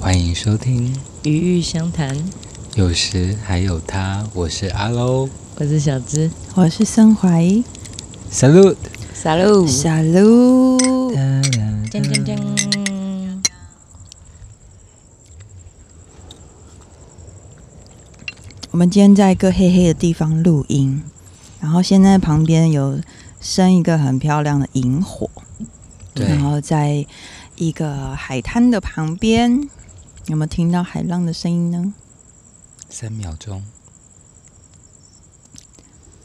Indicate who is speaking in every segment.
Speaker 1: 欢迎收听《
Speaker 2: 鱼玉相谈，
Speaker 1: 有时还有他》，我是阿喽
Speaker 2: 我是小资，
Speaker 3: 我是森怀，
Speaker 1: ，Salute！
Speaker 2: 撒喽，
Speaker 3: 小鹿，
Speaker 2: 锵锵锵！
Speaker 3: 我们今天在一个黑黑的地方录音，然后现在旁边有生一个很漂亮的萤火，
Speaker 1: 对
Speaker 3: 然后在一个海滩的旁边，有没有听到海浪的声音呢？
Speaker 1: 三秒钟，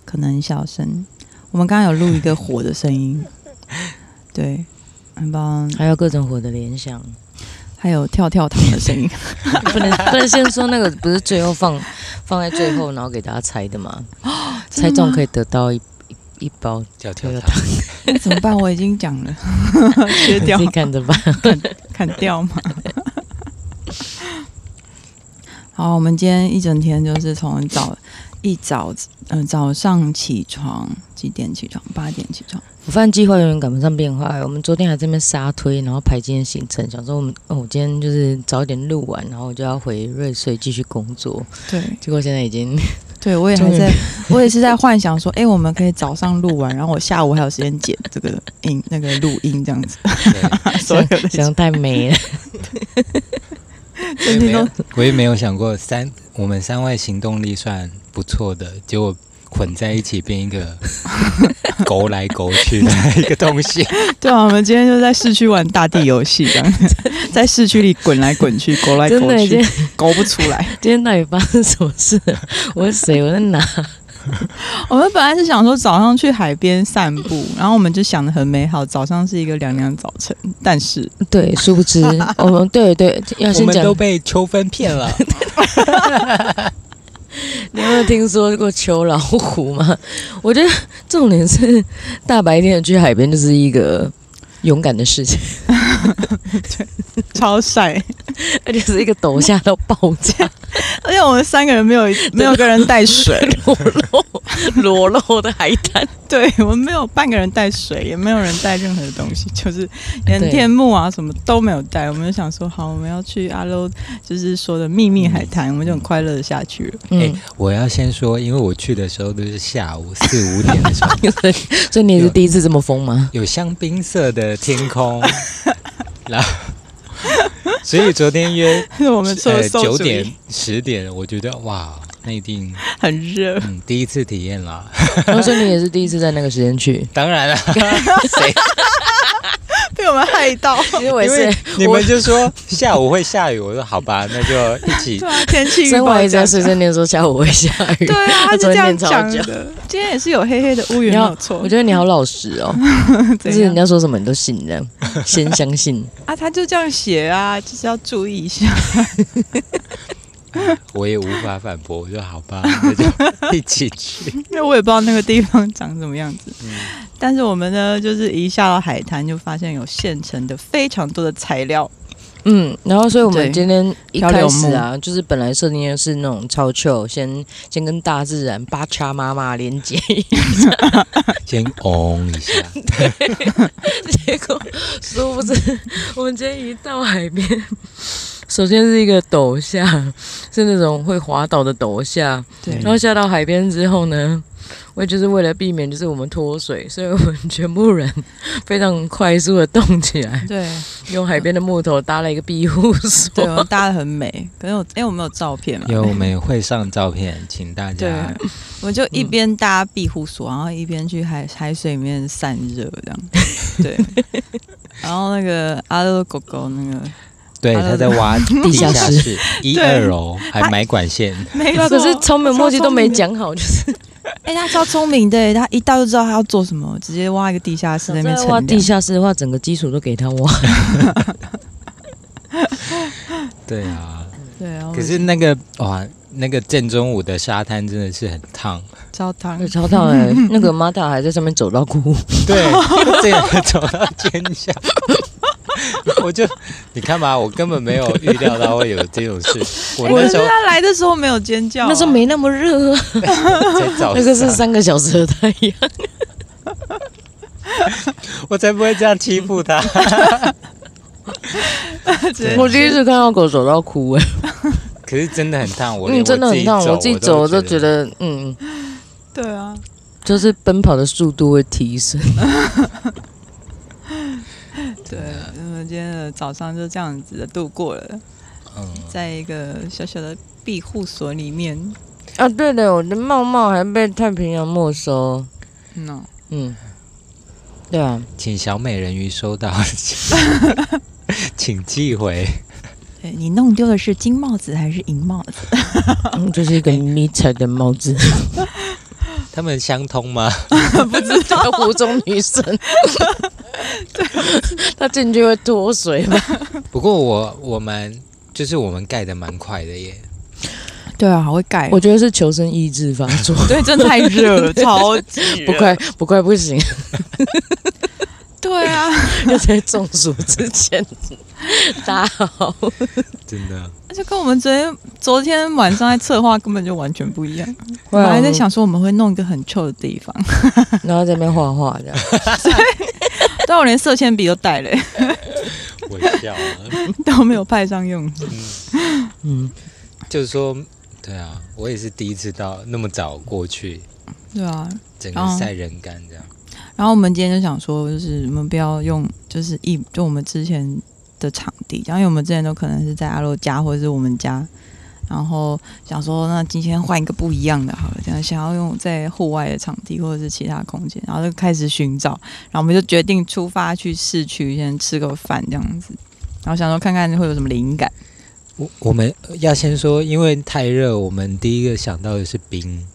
Speaker 3: 可能很小声。我们刚刚有录一个火的声音，对，很棒，
Speaker 2: 还有各种火的联想，
Speaker 3: 还有跳跳糖的声音。
Speaker 2: 不能 不能先说那个不是最后放放在最后，然后给大家猜的吗？猜中可以得到一一一包，
Speaker 1: 跳跳
Speaker 2: 跳
Speaker 1: 跳，
Speaker 3: 怎么办？我已经讲了， 切
Speaker 2: 你
Speaker 3: 掉
Speaker 2: 自己。看着吧。
Speaker 3: 砍掉吗？ 好，我们今天一整天就是从早一早，嗯、早上起床几点起床？八点起床。
Speaker 2: 我发现计划永远赶不上变化。我们昨天还在那边沙推，然后排今天行程，想说我们哦，我今天就是早一点录完，然后我就要回瑞穗继续工作。
Speaker 3: 对，
Speaker 2: 结果现在已经
Speaker 3: 对我也还在， 我也是在幻想说，哎、我们可以早上录完，然后我下午还有时间剪这个音，那个录音这样子。
Speaker 1: 对，
Speaker 3: 所有的
Speaker 2: 想太美了，
Speaker 1: 我也
Speaker 3: 天
Speaker 1: 没有
Speaker 3: 都，
Speaker 1: 我也没有想过三，我们三位行动力算不错的，结果混在一起变一 个勾来勾去的一个东西，
Speaker 3: 对啊，我们今天就在市区玩大地游戏，这样在市区里滚来滚去，勾来
Speaker 2: 真
Speaker 3: 勾
Speaker 2: 的已经
Speaker 3: 去， 勾不出来。
Speaker 2: 今天到底发生什么事 了？我是谁？我在哪？
Speaker 3: 我们本来是想说早上去海边散步，然后我们就想的很美好，早上是一个凉凉早晨。但是
Speaker 2: 对，殊不知我们对对 要
Speaker 1: 我
Speaker 2: 先
Speaker 1: 们
Speaker 2: 讲
Speaker 1: 都，被秋分骗了。
Speaker 2: 你有没有听说过秋老虎吗？ 我觉得重点是大白天的去海边就是一个勇敢的事情，
Speaker 3: 超晒，
Speaker 2: 而且是一个抖下到爆炸、
Speaker 3: 而且我们三个人没有没有一个人带水，
Speaker 2: 裸露裸露的海滩。
Speaker 3: 对我们没有半个人带水，也没有人带任何的东西， 就是连天幕啊什么都没有带。我们就想说，好，我们要去阿喽，就是说的秘密海滩，我们就很快乐的下去了。
Speaker 2: 嗯，
Speaker 1: 哎我要先说，因为我去的时候都是下午四五点的 时候，
Speaker 2: 哎所以你也是第一次这么 疯吗？
Speaker 1: 有香槟色的天空，然后，所以昨天约
Speaker 3: 我们说
Speaker 1: 呃
Speaker 3: 馊
Speaker 1: 九
Speaker 3: 主
Speaker 1: 点
Speaker 3: 意
Speaker 1: 十点，我觉得哇，那一定
Speaker 3: 很热，
Speaker 1: 嗯第一次体验啦。
Speaker 2: 然哦后所以你也是第一次在那个时间去。
Speaker 1: 当然了，谁？
Speaker 3: 被我们害到。
Speaker 2: 其实我也
Speaker 1: 因为
Speaker 2: 是，
Speaker 1: 你们就说下午会下雨，我说好吧，那就一起
Speaker 3: 对。啊，天气预
Speaker 2: 生
Speaker 3: 报
Speaker 2: 活一直
Speaker 3: 这样
Speaker 2: 在
Speaker 3: 讲
Speaker 2: 碎碎念说下午会下雨。
Speaker 3: 对啊，他是
Speaker 2: 昨
Speaker 3: 这
Speaker 2: 天
Speaker 3: 样
Speaker 2: 念超
Speaker 3: 讲
Speaker 2: 久
Speaker 3: 的。今天也是有黑黑的乌云，
Speaker 2: 你
Speaker 3: 没
Speaker 2: 要
Speaker 3: 有错
Speaker 2: 我。觉得你好老实哦，就
Speaker 3: 怎
Speaker 2: 是人
Speaker 3: 样
Speaker 2: 家说什么你都信这样，先相信。
Speaker 3: 啊，他就这样写啊，就是要注意一下。
Speaker 1: 我也无法反驳，我说好吧，那就一起去。
Speaker 3: 因为我也不知道那个地方长什么样子。
Speaker 1: 嗯
Speaker 3: 但是我们呢，就是一下到海滩就发现有现成的非常多的材料，
Speaker 2: 嗯，然后所以我们
Speaker 3: 对
Speaker 2: 今天一开始啊，就是本来设定的是那种超秀，先先跟大自然八叉妈妈连接，
Speaker 1: 先嗡一下，
Speaker 2: 结果殊不知我们今天一到海边，首先是一个陡下，是那种会滑倒的陡下，
Speaker 3: 对
Speaker 2: 然后下到海边之后呢。我也就是为了避免就是我们脱水，所以我们全部人非常快速的动起来，
Speaker 3: 对
Speaker 2: 用海边的木头搭了一个庇护所。
Speaker 3: 对，我们搭的很美。可是我，哎、我们有照片嘛？
Speaker 1: 因为我们也会上照片，请大
Speaker 3: 对
Speaker 1: 家。
Speaker 3: 我就一边搭庇护所，然后一边去海海水里面散热 这样。对，然后那个阿乐狗狗那个，
Speaker 1: 对，
Speaker 3: 好了
Speaker 1: 他在挖地
Speaker 2: 下
Speaker 1: 下
Speaker 2: 室
Speaker 1: 室一
Speaker 3: 对
Speaker 1: 二楼，还买管线。
Speaker 3: 没
Speaker 2: 对啊，
Speaker 3: 错，
Speaker 2: 可是超没有默契，都没讲好，就是
Speaker 3: 哎、他超聪明的，他一到就知道他要做什么，直接挖一个地下室在那边
Speaker 2: 早知道
Speaker 3: 乘
Speaker 2: 挖
Speaker 3: 凉。
Speaker 2: 地下室的话，整个基础都给他 挖。
Speaker 1: 对啊，
Speaker 3: 对啊，
Speaker 1: 可是那个哇，那个正中午的沙滩真的是很烫。
Speaker 3: 烧汤
Speaker 2: 那，超烫哎、 那个 Mata 还在上面走到哭，
Speaker 1: 对，这个走到肩下，我就你看吧，我根本没有预料到会有这种事。我
Speaker 3: 哎可
Speaker 1: 那
Speaker 3: 是
Speaker 1: 时候
Speaker 3: 他来的时候没有尖叫啊、
Speaker 2: 那时候没那么热、啊，
Speaker 1: 在早
Speaker 2: 那个是
Speaker 1: 上，
Speaker 2: 三个小时的太阳。
Speaker 1: 我才不会这样欺负他。
Speaker 3: 直接
Speaker 2: 我第一次看到狗走到哭哎、
Speaker 1: 可是真的很烫，我
Speaker 2: 嗯，
Speaker 1: 连
Speaker 2: 真的很烫，我自己走
Speaker 1: 走
Speaker 2: 我
Speaker 1: 都
Speaker 2: 都觉得，嗯，
Speaker 3: 对啊，
Speaker 2: 就是奔跑的速度会提升。
Speaker 3: 对，那么呃今天的早上就这样子的度过了，
Speaker 1: 嗯，
Speaker 3: 在一个小小的庇护所里面。
Speaker 2: 啊，对了，我的帽帽还被太平洋没收。
Speaker 3: 嗯、哦，
Speaker 2: 嗯，对啊，
Speaker 1: 请小美人鱼收到， 请寄回。
Speaker 3: 对哎你弄丢的是金帽子还是银帽子？
Speaker 2: 嗯就是一个迷彩的帽 子，
Speaker 1: 他们相通吗？
Speaker 2: 湖中女 神。 她进去会脱水吧？
Speaker 1: 不过我我们就是我们盖的蛮快的耶，
Speaker 3: 对啊，好会盖哦。
Speaker 2: 我觉得是求生意志发作，
Speaker 3: 对，真的太热 了，超级
Speaker 2: 不
Speaker 3: 热
Speaker 2: 快不快不行，
Speaker 3: 对啊，
Speaker 2: 要在中暑之前打好。
Speaker 1: 真的。
Speaker 3: 就跟我们昨天昨天晚上在策划根本就完全不一样。我还在想说我们会弄一个很臭的地方，
Speaker 2: 然后在那边画画 这样。
Speaker 3: 但我连色铅笔都带了，
Speaker 1: 我笑了，
Speaker 3: 都没有派上用场。
Speaker 2: 嗯，
Speaker 1: 就是说，对啊，我也是第一次到那么早过去，
Speaker 3: 对啊，
Speaker 1: 整个
Speaker 3: 哦
Speaker 1: 晒人干这样。
Speaker 3: 然后我们今天就想说，就是我们不要用，就是一就我们之前的场地，因为我们之前都可能是在阿洛家或者是我们家，然后想说那今天换一个不一样的好了，这样想要用在户外的场地或者是其他空间，然后就开始寻找，然后我们就决定出发去市区先吃个饭这样子，然后想说看看会有什么灵感，
Speaker 1: 我我们要先说，因为太热，我们第一个想到的是冰，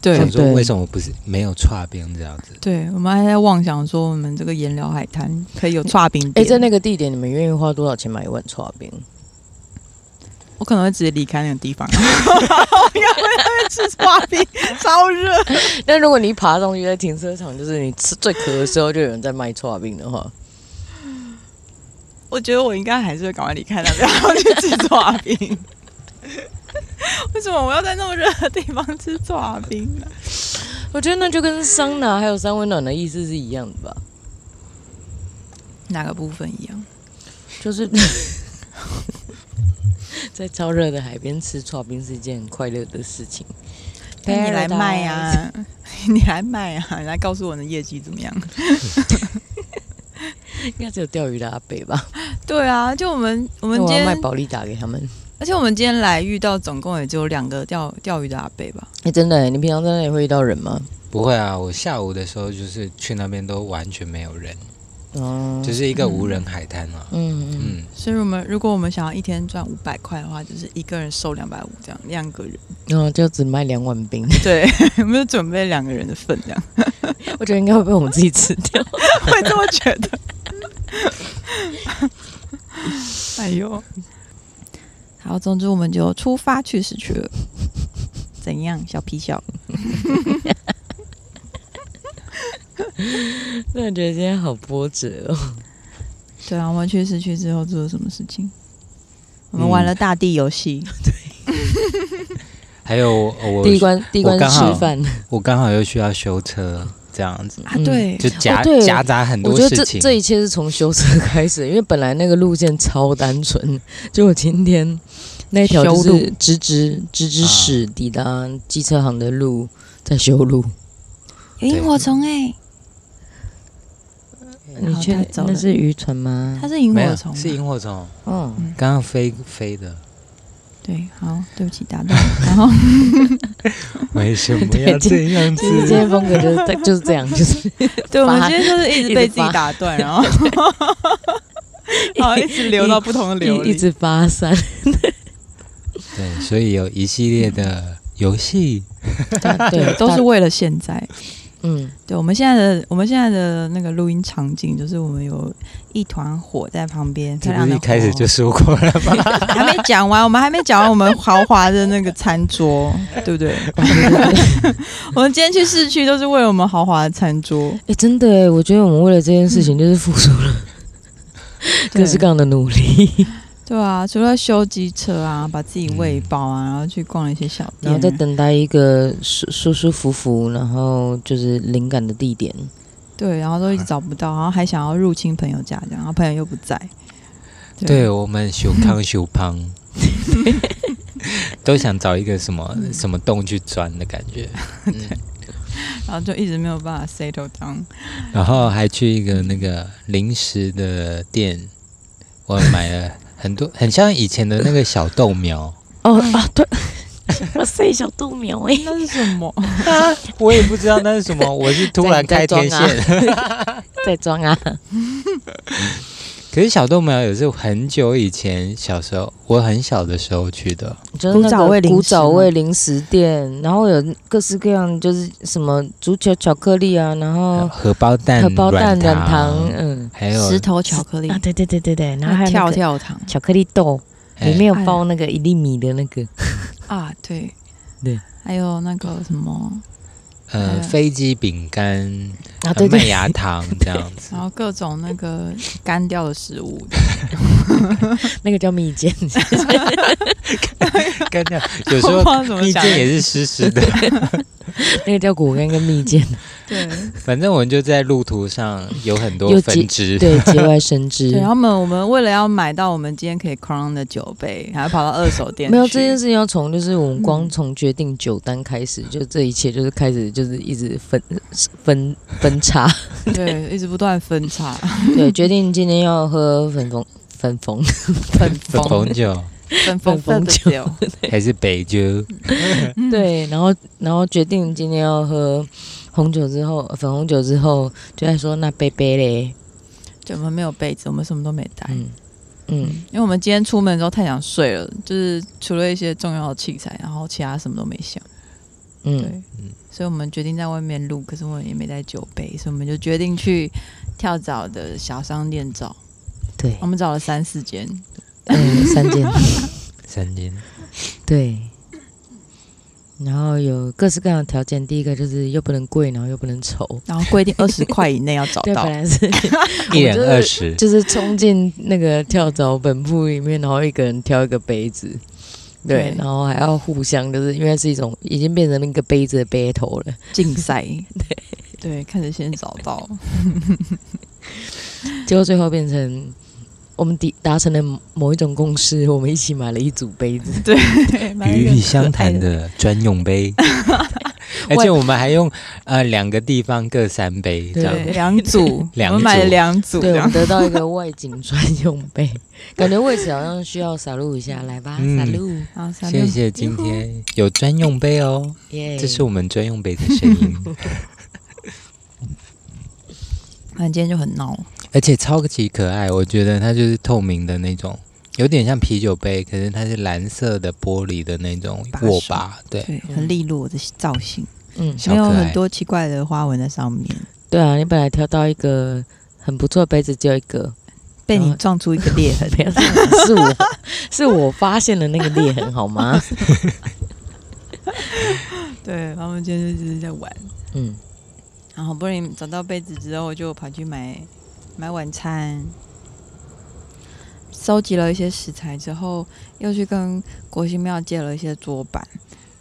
Speaker 3: 对
Speaker 1: 想说
Speaker 2: 对
Speaker 1: 为什么不是没有串冰这样子？
Speaker 3: 对，我们还在妄想说我们这个盐寮海滩可以有刨冰
Speaker 2: 哎、
Speaker 3: 店，
Speaker 2: 在那个地点，你们愿意花多少钱买一碗刨冰？
Speaker 3: 我可能会直接离开那个地方，我要在那边吃刨冰，超热。
Speaker 2: 但如果你爬上去在停车场，就是你吃最渴的时候，就有人在卖刨冰的话，
Speaker 3: 我觉得我应该还是会赶快离开那边，然后去吃刨冰。为什么我要在那么热的地方吃刨冰呢？
Speaker 2: 我觉得那就跟桑拿还有三温暖的意思是一样的吧，
Speaker 3: 哪个部分一样？
Speaker 2: 就是 在超热的海边吃刨冰是一件很快乐的事情。
Speaker 3: 那哎你来卖啊， 你来卖啊，你来告诉我你的业绩怎么样？
Speaker 2: Paradise，应该只有钓鱼的阿北吧？
Speaker 3: 对啊，就我们
Speaker 2: 我
Speaker 3: 我们今
Speaker 2: 要卖
Speaker 3: 天，
Speaker 2: 保利达给他们。
Speaker 3: 而且我们今天来遇到总共也只有两个钓钓鱼的阿伯吧。
Speaker 2: 哎、真的、你平常在那里会遇到人吗？
Speaker 1: 不会啊，我下午的时候就是去那边都完全没有人，
Speaker 2: 哦、
Speaker 1: 就是一个无人海滩啊。
Speaker 2: 嗯嗯，
Speaker 1: 嗯，
Speaker 3: 所以我们如果我们想要一天赚五百块的话，就是一个人收两百五这样，两个人。
Speaker 2: 然后、就只卖两碗冰，
Speaker 3: 对，我们就准备两个人的份，这样
Speaker 2: 我觉得应该会被我们自己吃掉。
Speaker 3: 会这么觉得？ 哎呦，好，总之我们就出发去市区了。怎样，小皮笑？
Speaker 2: 真的觉得今天好波折哦。
Speaker 3: 对啊，我们去市区之后做了什么事情？我们
Speaker 1: 嗯
Speaker 3: 玩了大地游戏，
Speaker 1: 还有呃我
Speaker 2: 第一关，第一关
Speaker 1: 我
Speaker 2: 是
Speaker 1: 刚好
Speaker 2: 吃饭。
Speaker 1: 我刚好又需要修车，这样子
Speaker 3: 啊，对，
Speaker 1: 就夹、
Speaker 2: 哦对
Speaker 1: 夹杂很
Speaker 2: 我
Speaker 1: 多
Speaker 2: 觉得
Speaker 1: 事
Speaker 2: 这
Speaker 1: 情。
Speaker 2: 这一切是从修车 开始，因为本来那个路线超单纯，就我今天那一条就
Speaker 3: 修
Speaker 2: 是
Speaker 3: 路
Speaker 2: 直直直直
Speaker 1: 啊
Speaker 2: 驶抵达机车行的路，在修路。
Speaker 3: 有萤火虫哎，
Speaker 2: 你
Speaker 3: 好
Speaker 2: 确
Speaker 3: 他
Speaker 2: 定
Speaker 3: 走了
Speaker 2: 那是渔船吗？
Speaker 3: 它是萤
Speaker 1: 没
Speaker 3: 火
Speaker 1: 有
Speaker 3: 虫，啊
Speaker 1: 是萤火虫，
Speaker 2: 哦，
Speaker 1: 刚刚飞飞的，
Speaker 3: 对，好，对不起，打 断。然后
Speaker 1: 为什么
Speaker 2: 对
Speaker 1: 要这样子
Speaker 2: 其？实今天风格就是在就是这样，就是
Speaker 3: 对，我们
Speaker 2: 发
Speaker 3: 今天就是一直
Speaker 2: 一
Speaker 3: 被
Speaker 2: 直
Speaker 3: 自己
Speaker 2: 发
Speaker 3: 打断，然 后然后一直流到不同的流
Speaker 2: 一
Speaker 3: 里
Speaker 2: 一。直发散。
Speaker 1: 对，所以有一系列的游戏，
Speaker 2: 嗯 对，
Speaker 3: 都是
Speaker 2: 大
Speaker 3: 为了现在。
Speaker 2: 嗯，
Speaker 3: 对，我们现在的我们现在的那个录音场景，就是我们有一团火在旁边，
Speaker 1: 这
Speaker 3: 漂
Speaker 1: 不
Speaker 3: 亮
Speaker 1: 是
Speaker 3: 的
Speaker 1: 一开始
Speaker 3: 火
Speaker 1: 就说过了吗？
Speaker 3: 还没讲完，我们还没讲完我们豪华的那个餐桌，对不对？ 我们今天去市区都是为了我们豪华的餐桌，
Speaker 2: 哎，真的哎，我觉得我们为了这件事情就是付出 了各式各样的努力。
Speaker 3: 对啊，除了修机车啊，把自己
Speaker 1: 嗯
Speaker 3: 喂饱啊，然后去逛了一些小 店，
Speaker 2: 然后再等待一个舒舒舒服服，然后就是灵感的地点。
Speaker 3: 对，然后都一直找不到，然后还想要入侵朋友家这样，然后朋友又不在，
Speaker 1: 对我们修康修 胖，都想找一个什么
Speaker 2: 嗯
Speaker 1: 什么洞去钻的感觉，
Speaker 3: 然后就一直没有办法 settle down。
Speaker 1: 然后还去一个那个零食的店，我买了很多，很像以前的那个小豆 苗，
Speaker 2: 哦啊，对，哇塞，小豆苗哎、
Speaker 3: 那是什么？
Speaker 1: 我也不知道那是什么，我是突然开天
Speaker 2: 在你啊
Speaker 1: 线。
Speaker 2: 在装啊，
Speaker 1: 可是小豆苗也是很久以前小时候，我很小的时候去的，
Speaker 2: 就是那
Speaker 3: 古早味
Speaker 2: 个
Speaker 3: 零食
Speaker 2: 古早味零食店，然后有各式各样，就是什么足球巧克力啊，然后
Speaker 1: 荷包蛋、
Speaker 2: 荷包蛋、
Speaker 1: 软
Speaker 2: 软糖，嗯，
Speaker 1: 还有
Speaker 3: 石头巧克力
Speaker 2: 啊，，对对对对对，然后还有
Speaker 3: 那
Speaker 2: 那
Speaker 3: 跳
Speaker 2: 个
Speaker 3: 跳糖
Speaker 2: 巧克力豆，
Speaker 1: 哎
Speaker 2: 里面有包那个一粒米的那个，
Speaker 3: 啊，对
Speaker 2: 对，
Speaker 3: 还有那个什么，
Speaker 1: 呃
Speaker 3: 嗯
Speaker 1: 飞机饼干、呃
Speaker 2: 啊对
Speaker 1: 麦
Speaker 2: 对，
Speaker 1: 芽糖这样子
Speaker 3: 然。后各种那个干掉的食物，
Speaker 2: 那个叫蜜饯，
Speaker 1: 跟 那有时候
Speaker 3: 我不知道怎么
Speaker 1: 蜜
Speaker 3: 讲
Speaker 1: 饯，也是湿湿的。
Speaker 2: 那个叫果干跟蜜饯，
Speaker 3: 对。
Speaker 1: 反正我们就在路途上有很多
Speaker 2: 有
Speaker 1: 分
Speaker 2: 几
Speaker 1: 支，
Speaker 2: 对，节外生枝
Speaker 3: 对，。然后我们我们为了要买到我们今天可以 crown 的酒杯，还跑到二手店去。
Speaker 2: 没有这件事情要从，就是我们光从决定酒单开始，就这一切就是开始就是一直分分分叉，
Speaker 3: 对，一直不断分叉，
Speaker 2: 对，决定今天要喝粉红粉红
Speaker 3: 分
Speaker 1: 粉
Speaker 3: 封
Speaker 1: 红酒
Speaker 3: 分封
Speaker 2: 粉
Speaker 3: 分
Speaker 2: 红
Speaker 3: 的
Speaker 2: 酒
Speaker 3: 酒，
Speaker 1: 还是北酒，
Speaker 2: 对，然后然后决定今天要喝红酒之后，粉红酒之后，就在说那杯杯嘞，
Speaker 3: 就我们没有被子，我们什么都没带。
Speaker 2: 嗯嗯，
Speaker 3: 因为我们今天出门之后太想睡了，就是除了一些重要的器材，然后其他什么都没想。对，
Speaker 2: 嗯，
Speaker 3: 所以我们决定在外面录，可是我们也没带酒杯，所以我们就决定去跳蚤的小商店找。
Speaker 2: 对
Speaker 3: 我，们找了三四间，
Speaker 2: 嗯，三件，
Speaker 1: 三间
Speaker 2: 对。然后有各式各样的条件，第一个就是又不能贵，然后又不能丑。
Speaker 3: 然后规定二十块以内要找
Speaker 2: 对，
Speaker 3: 到
Speaker 2: 本。来是
Speaker 1: 一人
Speaker 2: 就是
Speaker 1: 二十，
Speaker 2: 就是冲进那个跳蚤本铺里面，然后一个人挑一个杯子，对
Speaker 3: 对，
Speaker 2: 然后还要互相，就是因为是一种已经变成那个杯子的 battle 了。
Speaker 3: 竞赛，对对，看着先找到，
Speaker 2: 结果最后变成我们抵达成了某一种共识，我们一起买了一组杯子，
Speaker 3: 对，买一
Speaker 1: 与
Speaker 3: 个
Speaker 1: 你相谈
Speaker 3: 可爱
Speaker 1: 的专用 杯，而且我们还用呃两个地方各三杯这
Speaker 2: 对
Speaker 1: 样。
Speaker 3: 对两组，
Speaker 1: 两组
Speaker 3: 我们买了两组，
Speaker 2: 对
Speaker 3: 这
Speaker 2: 我们
Speaker 3: 样
Speaker 2: 得到一个外景专用 杯，感觉为此好像需要撒露一下，来吧，
Speaker 1: 嗯
Speaker 2: 撒露，
Speaker 3: 好，三
Speaker 1: 谢
Speaker 3: 六
Speaker 1: 谢今天有专用杯哦，
Speaker 2: 耶！
Speaker 1: 这是我们专用杯的声音，
Speaker 3: 反正今天就很闹，
Speaker 1: 而且超级可爱。我觉得它就是透明的那种，有点像啤酒杯，可是它是蓝色的玻璃的那种
Speaker 3: 把手
Speaker 1: 握把，对，
Speaker 3: 对，很利落的造型，
Speaker 2: 嗯，
Speaker 1: 小
Speaker 3: 没有
Speaker 1: 可
Speaker 3: 很
Speaker 1: 爱。
Speaker 3: 多奇怪的花纹在上面，
Speaker 2: 对啊，你本来挑到一个很不错的杯子，只有一个，
Speaker 3: 被你撞出一个裂 痕，
Speaker 2: 不要这样讲， 是我是我发现了那个裂痕，好吗？
Speaker 3: 对，然后我们今天就一直在玩，
Speaker 2: 嗯，
Speaker 3: 然后不容易找到被子之后，就跑去买买晚餐，收集了一些食材之后，又去跟国新庙借了一些桌板，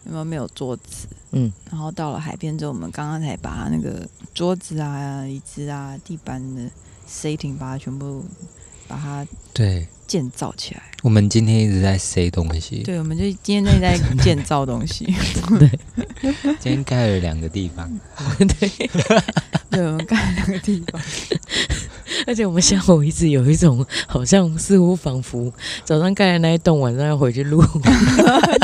Speaker 3: 因为没有桌子。
Speaker 2: 嗯，
Speaker 3: 然后到了海边之后，我们刚刚才把那个桌子啊、椅子啊、地板的 setting 把它全部把它
Speaker 1: 对，
Speaker 3: 建造起来。
Speaker 1: 我们今天一直在塞东西，
Speaker 3: 对，我们就今天在在建造东西。
Speaker 1: 今天盖了两个地方，
Speaker 2: 对，
Speaker 3: 对，我们盖了那个地方。
Speaker 2: 而且我们下午一直有一种好像似乎仿佛早上盖的那一栋，晚上要回去录，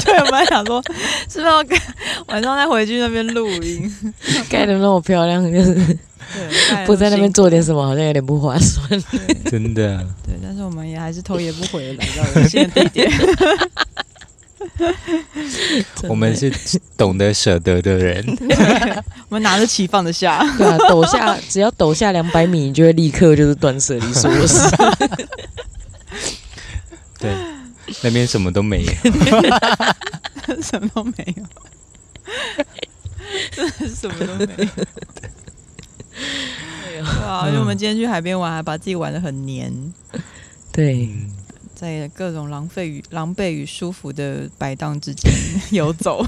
Speaker 3: 对，我们还想说，是不是要跟晚上再回去那边录音？
Speaker 2: 盖的那么漂亮，就是
Speaker 3: 对，我们盖得
Speaker 2: 不在那
Speaker 3: 么辛
Speaker 2: 边
Speaker 3: 苦
Speaker 2: 做点什么，好像有点不划算。
Speaker 1: 真的。
Speaker 3: 对，但是我们也还是头也不回地来到了新的 地点。
Speaker 1: 我们是懂得舍得的人，
Speaker 3: 我们拿得起放得下，
Speaker 2: 对啊，抖下只要抖下两百米，你就会立刻就是断舍离说我是
Speaker 1: 对，那边什么都没有，
Speaker 3: 什么都没有， 真的是什么都没有。对啊，
Speaker 2: 哎
Speaker 3: 而且我
Speaker 2: 嗯
Speaker 3: 们今天去海边玩，还把自己玩的很黏，
Speaker 2: 对，
Speaker 1: 嗯
Speaker 3: 在各种狼狈与狼狈 与 舒服的摆荡之间游走。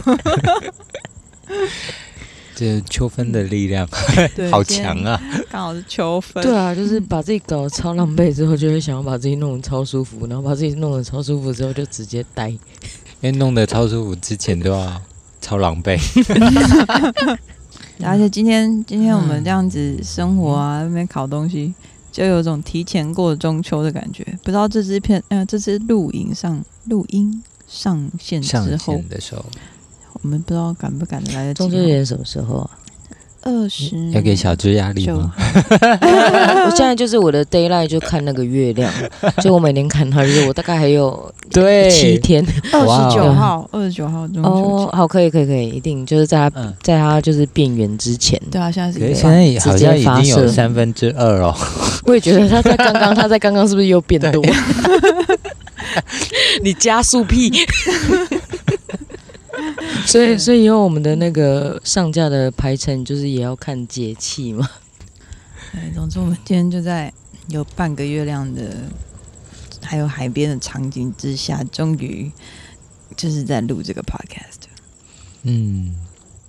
Speaker 1: 这秋分的力量
Speaker 4: 对，
Speaker 1: 好
Speaker 4: 今天
Speaker 1: 强啊！
Speaker 4: 刚好是秋分，
Speaker 2: 对啊，就是把自己搞得超浪费之后，就会想要把自己弄得超舒服，然后把自己弄得超舒服之后就直接呆。
Speaker 1: 因为弄得超舒服之前都要超狼狈，
Speaker 4: 而
Speaker 1: 嗯
Speaker 4: 且今天今天我们这样子生活啊，那边烤东西，就有种提前过中秋的感觉。不知道这支片，呃，这支录影上录音上线
Speaker 1: 上
Speaker 4: 之后
Speaker 1: 线，的时候
Speaker 4: 我们不知道赶不赶得来得及。哦
Speaker 2: 中秋节什么时候啊？
Speaker 4: 二十
Speaker 1: 要给小猪压力
Speaker 4: 九
Speaker 1: 吗？
Speaker 2: 我现在就是我的 d a y l i g h t 就看那个月 亮，就我每年看它，就是我大概还有
Speaker 1: 对，
Speaker 2: 七天。
Speaker 4: 二
Speaker 1: 哇
Speaker 4: 十九
Speaker 1: 哦
Speaker 4: 号，二十九号中秋
Speaker 2: 哦
Speaker 4: 节。，
Speaker 2: 好，可以，可以，可以，一定就是在它
Speaker 1: 嗯，
Speaker 2: 在它就是变圆之前，
Speaker 4: 对啊，现在是
Speaker 1: 可是
Speaker 4: 一
Speaker 1: 现
Speaker 4: 个
Speaker 1: 在也好像已经
Speaker 2: 直接发
Speaker 1: 有
Speaker 2: 射
Speaker 1: 三分之二哦，
Speaker 2: 我也觉得它在刚刚，它在刚刚是不是又变多？ 你加速屁！ 所以，所以以后我们的那个上架的排程就是也要看节气嘛。
Speaker 4: 哎总之，我们今天就在有半个月亮的，还有海边的场景之下，终于就是在录这个 podcast。
Speaker 1: 嗯，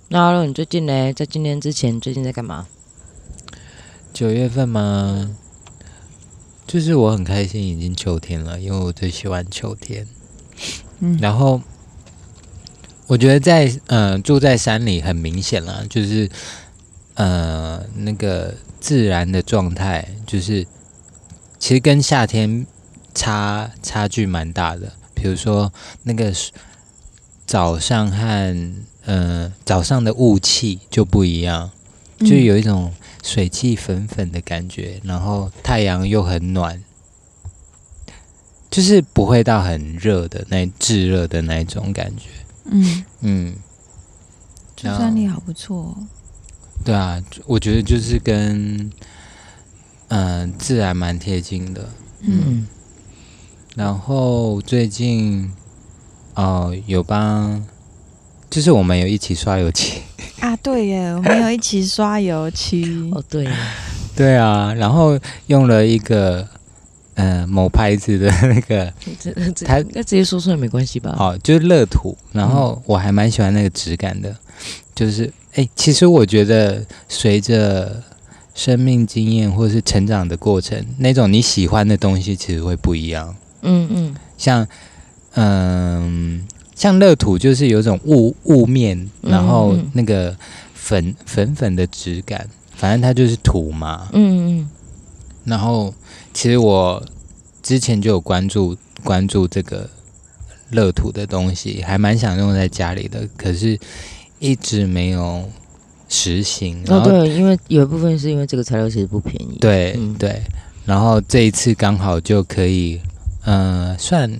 Speaker 2: 那阿乐，你最近呢？在今天之前，最近在干嘛？
Speaker 1: 九月份吗？就是我很开心，已经秋天了，因为我最喜欢秋天。
Speaker 4: 嗯
Speaker 1: 然后我觉得在呃住在山里很明显啦，就是呃那个自然的状态，就是其实跟夏天差差距蛮大的。比如说那个是早上和呃早上的雾气就不一样，
Speaker 3: 嗯
Speaker 1: 就有一种水汽粉粉的感觉，然后太阳又很暖，就是不会到很热的那炙热的那一种感觉。
Speaker 4: 嗯，
Speaker 1: 嗯，
Speaker 4: 住山里好不错、哦。
Speaker 1: 对啊，我觉得就是跟嗯、呃自然蛮贴近的。
Speaker 4: 嗯，
Speaker 2: 嗯，
Speaker 1: 然后最近哦、有帮，就是我们有一起刷油漆。
Speaker 4: 啊，对耶，我们有一起刷油漆，
Speaker 2: 哦对，
Speaker 1: 对啊，然后用了一个嗯、呃某牌子的那个
Speaker 2: 这这
Speaker 1: 他
Speaker 2: 应该直接说出来没关系吧？
Speaker 1: 哦，就是乐土，然后我还蛮喜欢那个质感的，就是哎、其实我觉得随着生命经验或是成长的过程，那种你喜欢的东西其实会不一样。
Speaker 2: 嗯嗯，
Speaker 1: 像嗯，像乐土就是有一种雾雾面，
Speaker 2: 嗯
Speaker 1: 然后
Speaker 2: 嗯
Speaker 1: 那个粉粉粉的质感，反正它就是土嘛。
Speaker 2: 嗯嗯
Speaker 1: 然后其实我之前就有关注关注这个乐土的东西，还蛮想用在家里的，可是一直没有实行。
Speaker 2: 哦
Speaker 1: 然后、
Speaker 2: 对，因为有一部分是因为这个材料其实不便宜。，
Speaker 1: 对、
Speaker 2: 嗯
Speaker 1: 对，然后这一次刚好就可以，呃，算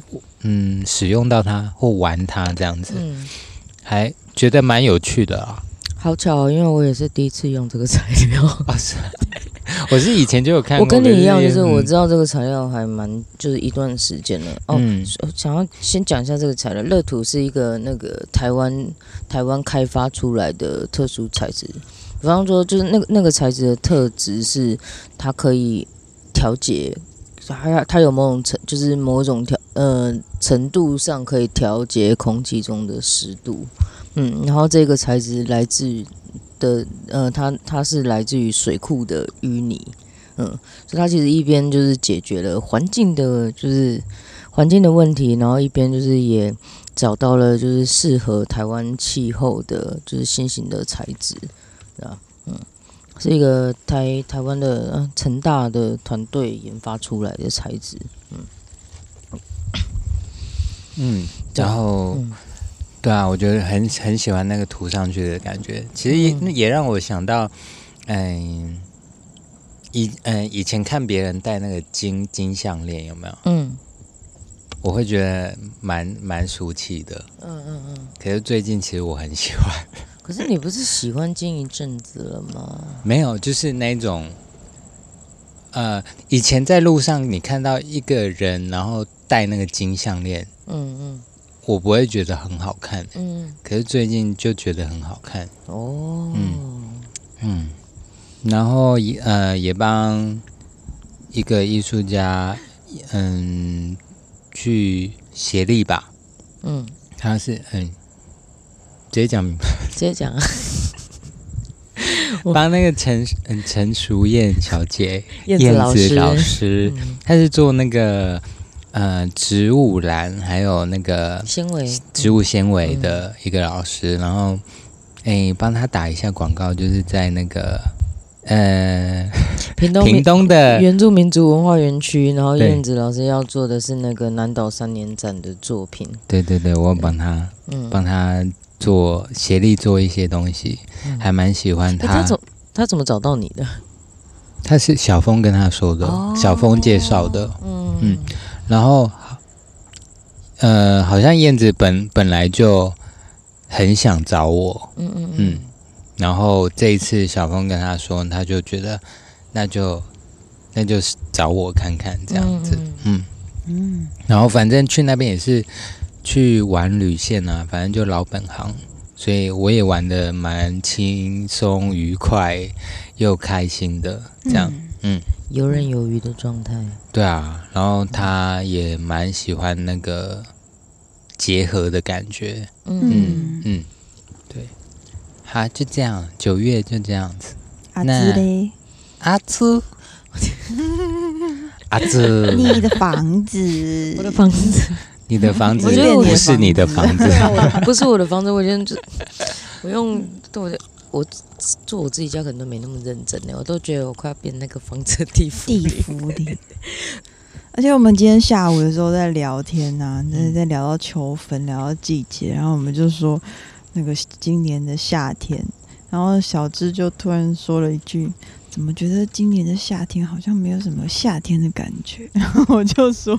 Speaker 1: 嗯使用到它或玩它这样子，
Speaker 2: 嗯，
Speaker 1: 还觉得蛮有趣的 啊。
Speaker 2: 好巧哦，因为我也是第一次用这个材 料。
Speaker 1: 哦是我是以前就有看
Speaker 2: 我
Speaker 1: 过，
Speaker 2: 跟
Speaker 1: 可
Speaker 2: 你一样，就是我
Speaker 1: 嗯
Speaker 2: 知道这个材料还蛮就是一段时间了。哦，
Speaker 1: 嗯
Speaker 2: 我想要先讲一下这个材料，乐土是一个那个台湾台湾开发出来的特殊材质。比方说，就是那个那个材质的特质是它可以调节，它它有某种程，就是某种调呃程度上可以调节空气中的湿度。嗯，然后这个材质来自于的呃，它它是来自于水库的淤泥。嗯，所以它其实一边就是解决了环境的，就是环境的问题，然后一边就是也找到了就是适合台湾气候的，就是新型的材质，对吧？嗯，是一个台台湾的呃成大的团队研发出来的材质，
Speaker 1: 嗯，
Speaker 2: 对
Speaker 1: 然后。
Speaker 2: 嗯
Speaker 1: 对啊，我觉得很很喜欢那个涂上去的感觉。其实也、
Speaker 2: 嗯
Speaker 1: 也让我想到，嗯，以嗯以前看别人戴那个金金项链有没有？
Speaker 2: 嗯
Speaker 1: 我会觉得蛮蛮俗气的。
Speaker 2: 嗯嗯嗯。
Speaker 1: 可是最近其实我很喜欢，
Speaker 2: 可是你不是喜欢金一阵子了吗？
Speaker 1: 没有就是那种，呃，以前在路上你看到一个人然后戴那个金项链，
Speaker 2: 嗯
Speaker 1: 我不会觉得很好看，
Speaker 2: 嗯嗯。
Speaker 1: 可是最近就觉得很好看。
Speaker 2: 哦。
Speaker 1: 嗯，然后也呃也帮一个艺术家，嗯，去协力吧。
Speaker 2: 嗯，
Speaker 1: 他是嗯，直接讲
Speaker 2: 直接讲啊。
Speaker 1: 帮那个陈嗯陈淑燕小姐，
Speaker 2: 燕
Speaker 1: 燕
Speaker 2: 子老
Speaker 1: 子
Speaker 2: 师，
Speaker 1: 老师，
Speaker 2: 嗯，
Speaker 1: 她是做那个呃植物栏，还有那个
Speaker 2: 纤维
Speaker 1: 植物纤维的一个老师，然后哎帮他打一下广告，就是在那个呃
Speaker 2: 屏东
Speaker 1: 屏
Speaker 2: 民
Speaker 1: 东的
Speaker 2: 原住民族文化园区，然后
Speaker 1: 对
Speaker 2: 燕子老师要做的是那个南岛三年展的作品，
Speaker 1: 对对对，我帮他
Speaker 2: 嗯，
Speaker 1: 帮他做协力做一些东西，
Speaker 2: 嗯
Speaker 1: 还蛮喜欢
Speaker 2: 诶
Speaker 1: 他。
Speaker 2: 他怎他怎么找到你的？
Speaker 1: 他是小峰跟他说的，
Speaker 2: 哦
Speaker 1: 小峰介绍的。
Speaker 2: 嗯
Speaker 1: 嗯然后，呃，好像燕子本本来就很想找我，
Speaker 2: 嗯嗯
Speaker 1: 嗯，然后这一次小峰跟他说，他就觉得那就那就是找我看看这样子，
Speaker 2: 嗯
Speaker 1: 嗯。
Speaker 4: 嗯，
Speaker 1: 然后反正去那边也是去玩旅线啊，反正就老本行，所以我也玩的蛮轻松、愉快又开心的这样。
Speaker 2: 游刃有余的状态，
Speaker 1: 对啊，然后他也蛮喜欢那个结合的感觉，
Speaker 2: 嗯，
Speaker 1: 嗯
Speaker 4: 嗯
Speaker 1: 嗯，对，好，就这样，九月就这样子。
Speaker 3: 阿
Speaker 1: 那
Speaker 3: 芝嘞，
Speaker 1: 阿兹，阿兹，
Speaker 3: 你的房子，
Speaker 2: 我的房子
Speaker 1: 你的房子
Speaker 2: 我觉得我
Speaker 1: 不是你的房子，
Speaker 2: 不 是我的房子，我现在就 我用对我的我做我自己家可能都没那么认真欸的，我都觉得我快要变那个房子的地府
Speaker 3: 地
Speaker 2: 里。
Speaker 3: 府里。而且我们今天下午的时候在聊天呐、
Speaker 4: 嗯
Speaker 3: 真的在聊到秋分，聊到季节，然后我们就说那个今年的夏天，然后小智就突然说了一句：“怎么觉得今年的夏天好像没有什么夏天的感觉？” 然后我就说：“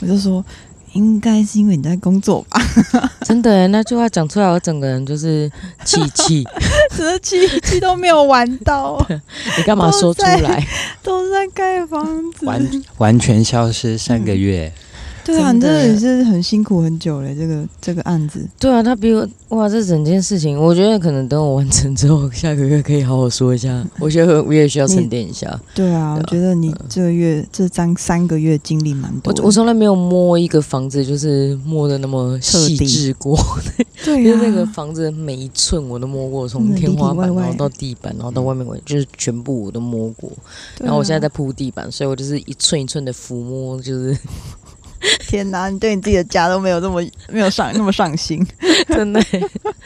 Speaker 3: 我就说，应该是因为你在工作吧
Speaker 2: 真的耶，那句话讲出来，我整个人就是气 气。？”
Speaker 3: 真的 气气都没有玩 到，
Speaker 2: 你干嘛说出来？
Speaker 3: 都在盖房子，
Speaker 1: 完完全消失三个月，
Speaker 3: 对啊，
Speaker 2: 真
Speaker 3: 你
Speaker 2: 的
Speaker 3: 真的也是很辛苦很久了，这个这个案子。
Speaker 2: 对啊，他比我哇，这整件事情，我觉得可能等我完成之后， 下个月可以好好说一下。我觉得我也需要沉淀一下。
Speaker 3: 对啊，嗯我觉得你这个月这三三个月经历蛮多
Speaker 2: 我
Speaker 3: 的。
Speaker 2: 我从来没有摸一个房子，就是摸的那么细
Speaker 3: 彻底
Speaker 2: 致过。
Speaker 3: 对
Speaker 2: 因
Speaker 3: 啊，
Speaker 2: 为那个房子每一寸我都摸过，从
Speaker 3: 嗯
Speaker 2: 天花板
Speaker 3: 里里外外嗯
Speaker 2: 然后到地板，然后到外面，我就是全部我都摸过。
Speaker 3: 对啊
Speaker 2: 然后我现在在铺地板，所以我就是一寸一寸的抚摸， 就是
Speaker 3: 天哪，你对你自己的家都没有那么 没有上那么上心。
Speaker 2: 真 的，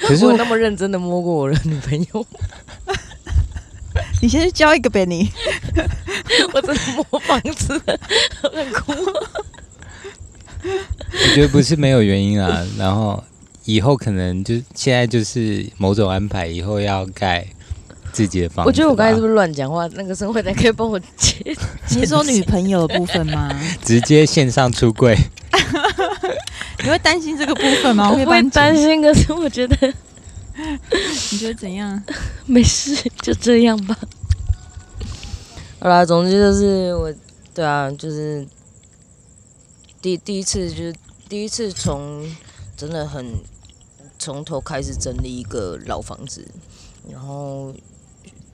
Speaker 1: 可是
Speaker 2: 我有
Speaker 1: 我
Speaker 2: 那么认真的摸过我的女朋友，
Speaker 3: 你先去交一个呗，你
Speaker 2: 我真的摸房子的，很哭。
Speaker 1: 我觉得不是没有原因啊。然后以后可能就现在就是某种安排，以后要盖自己的房子吧。
Speaker 2: 我觉得我刚才是不是乱讲话？那个生活仔可以帮 我接，
Speaker 3: 你是说女朋友的部分吗？
Speaker 1: 直接线上出柜？
Speaker 3: 你会担心这个部分吗？
Speaker 2: 我
Speaker 3: 可以
Speaker 2: 不
Speaker 3: 帮
Speaker 2: 哦会
Speaker 3: 你
Speaker 2: 担心，可是我觉得
Speaker 3: 你觉得怎样？
Speaker 2: 没事， 就这样吧。好啦，总之就是我，对啊，就是第第一次就是第一次从真的很从头开始整理一个老房子，然后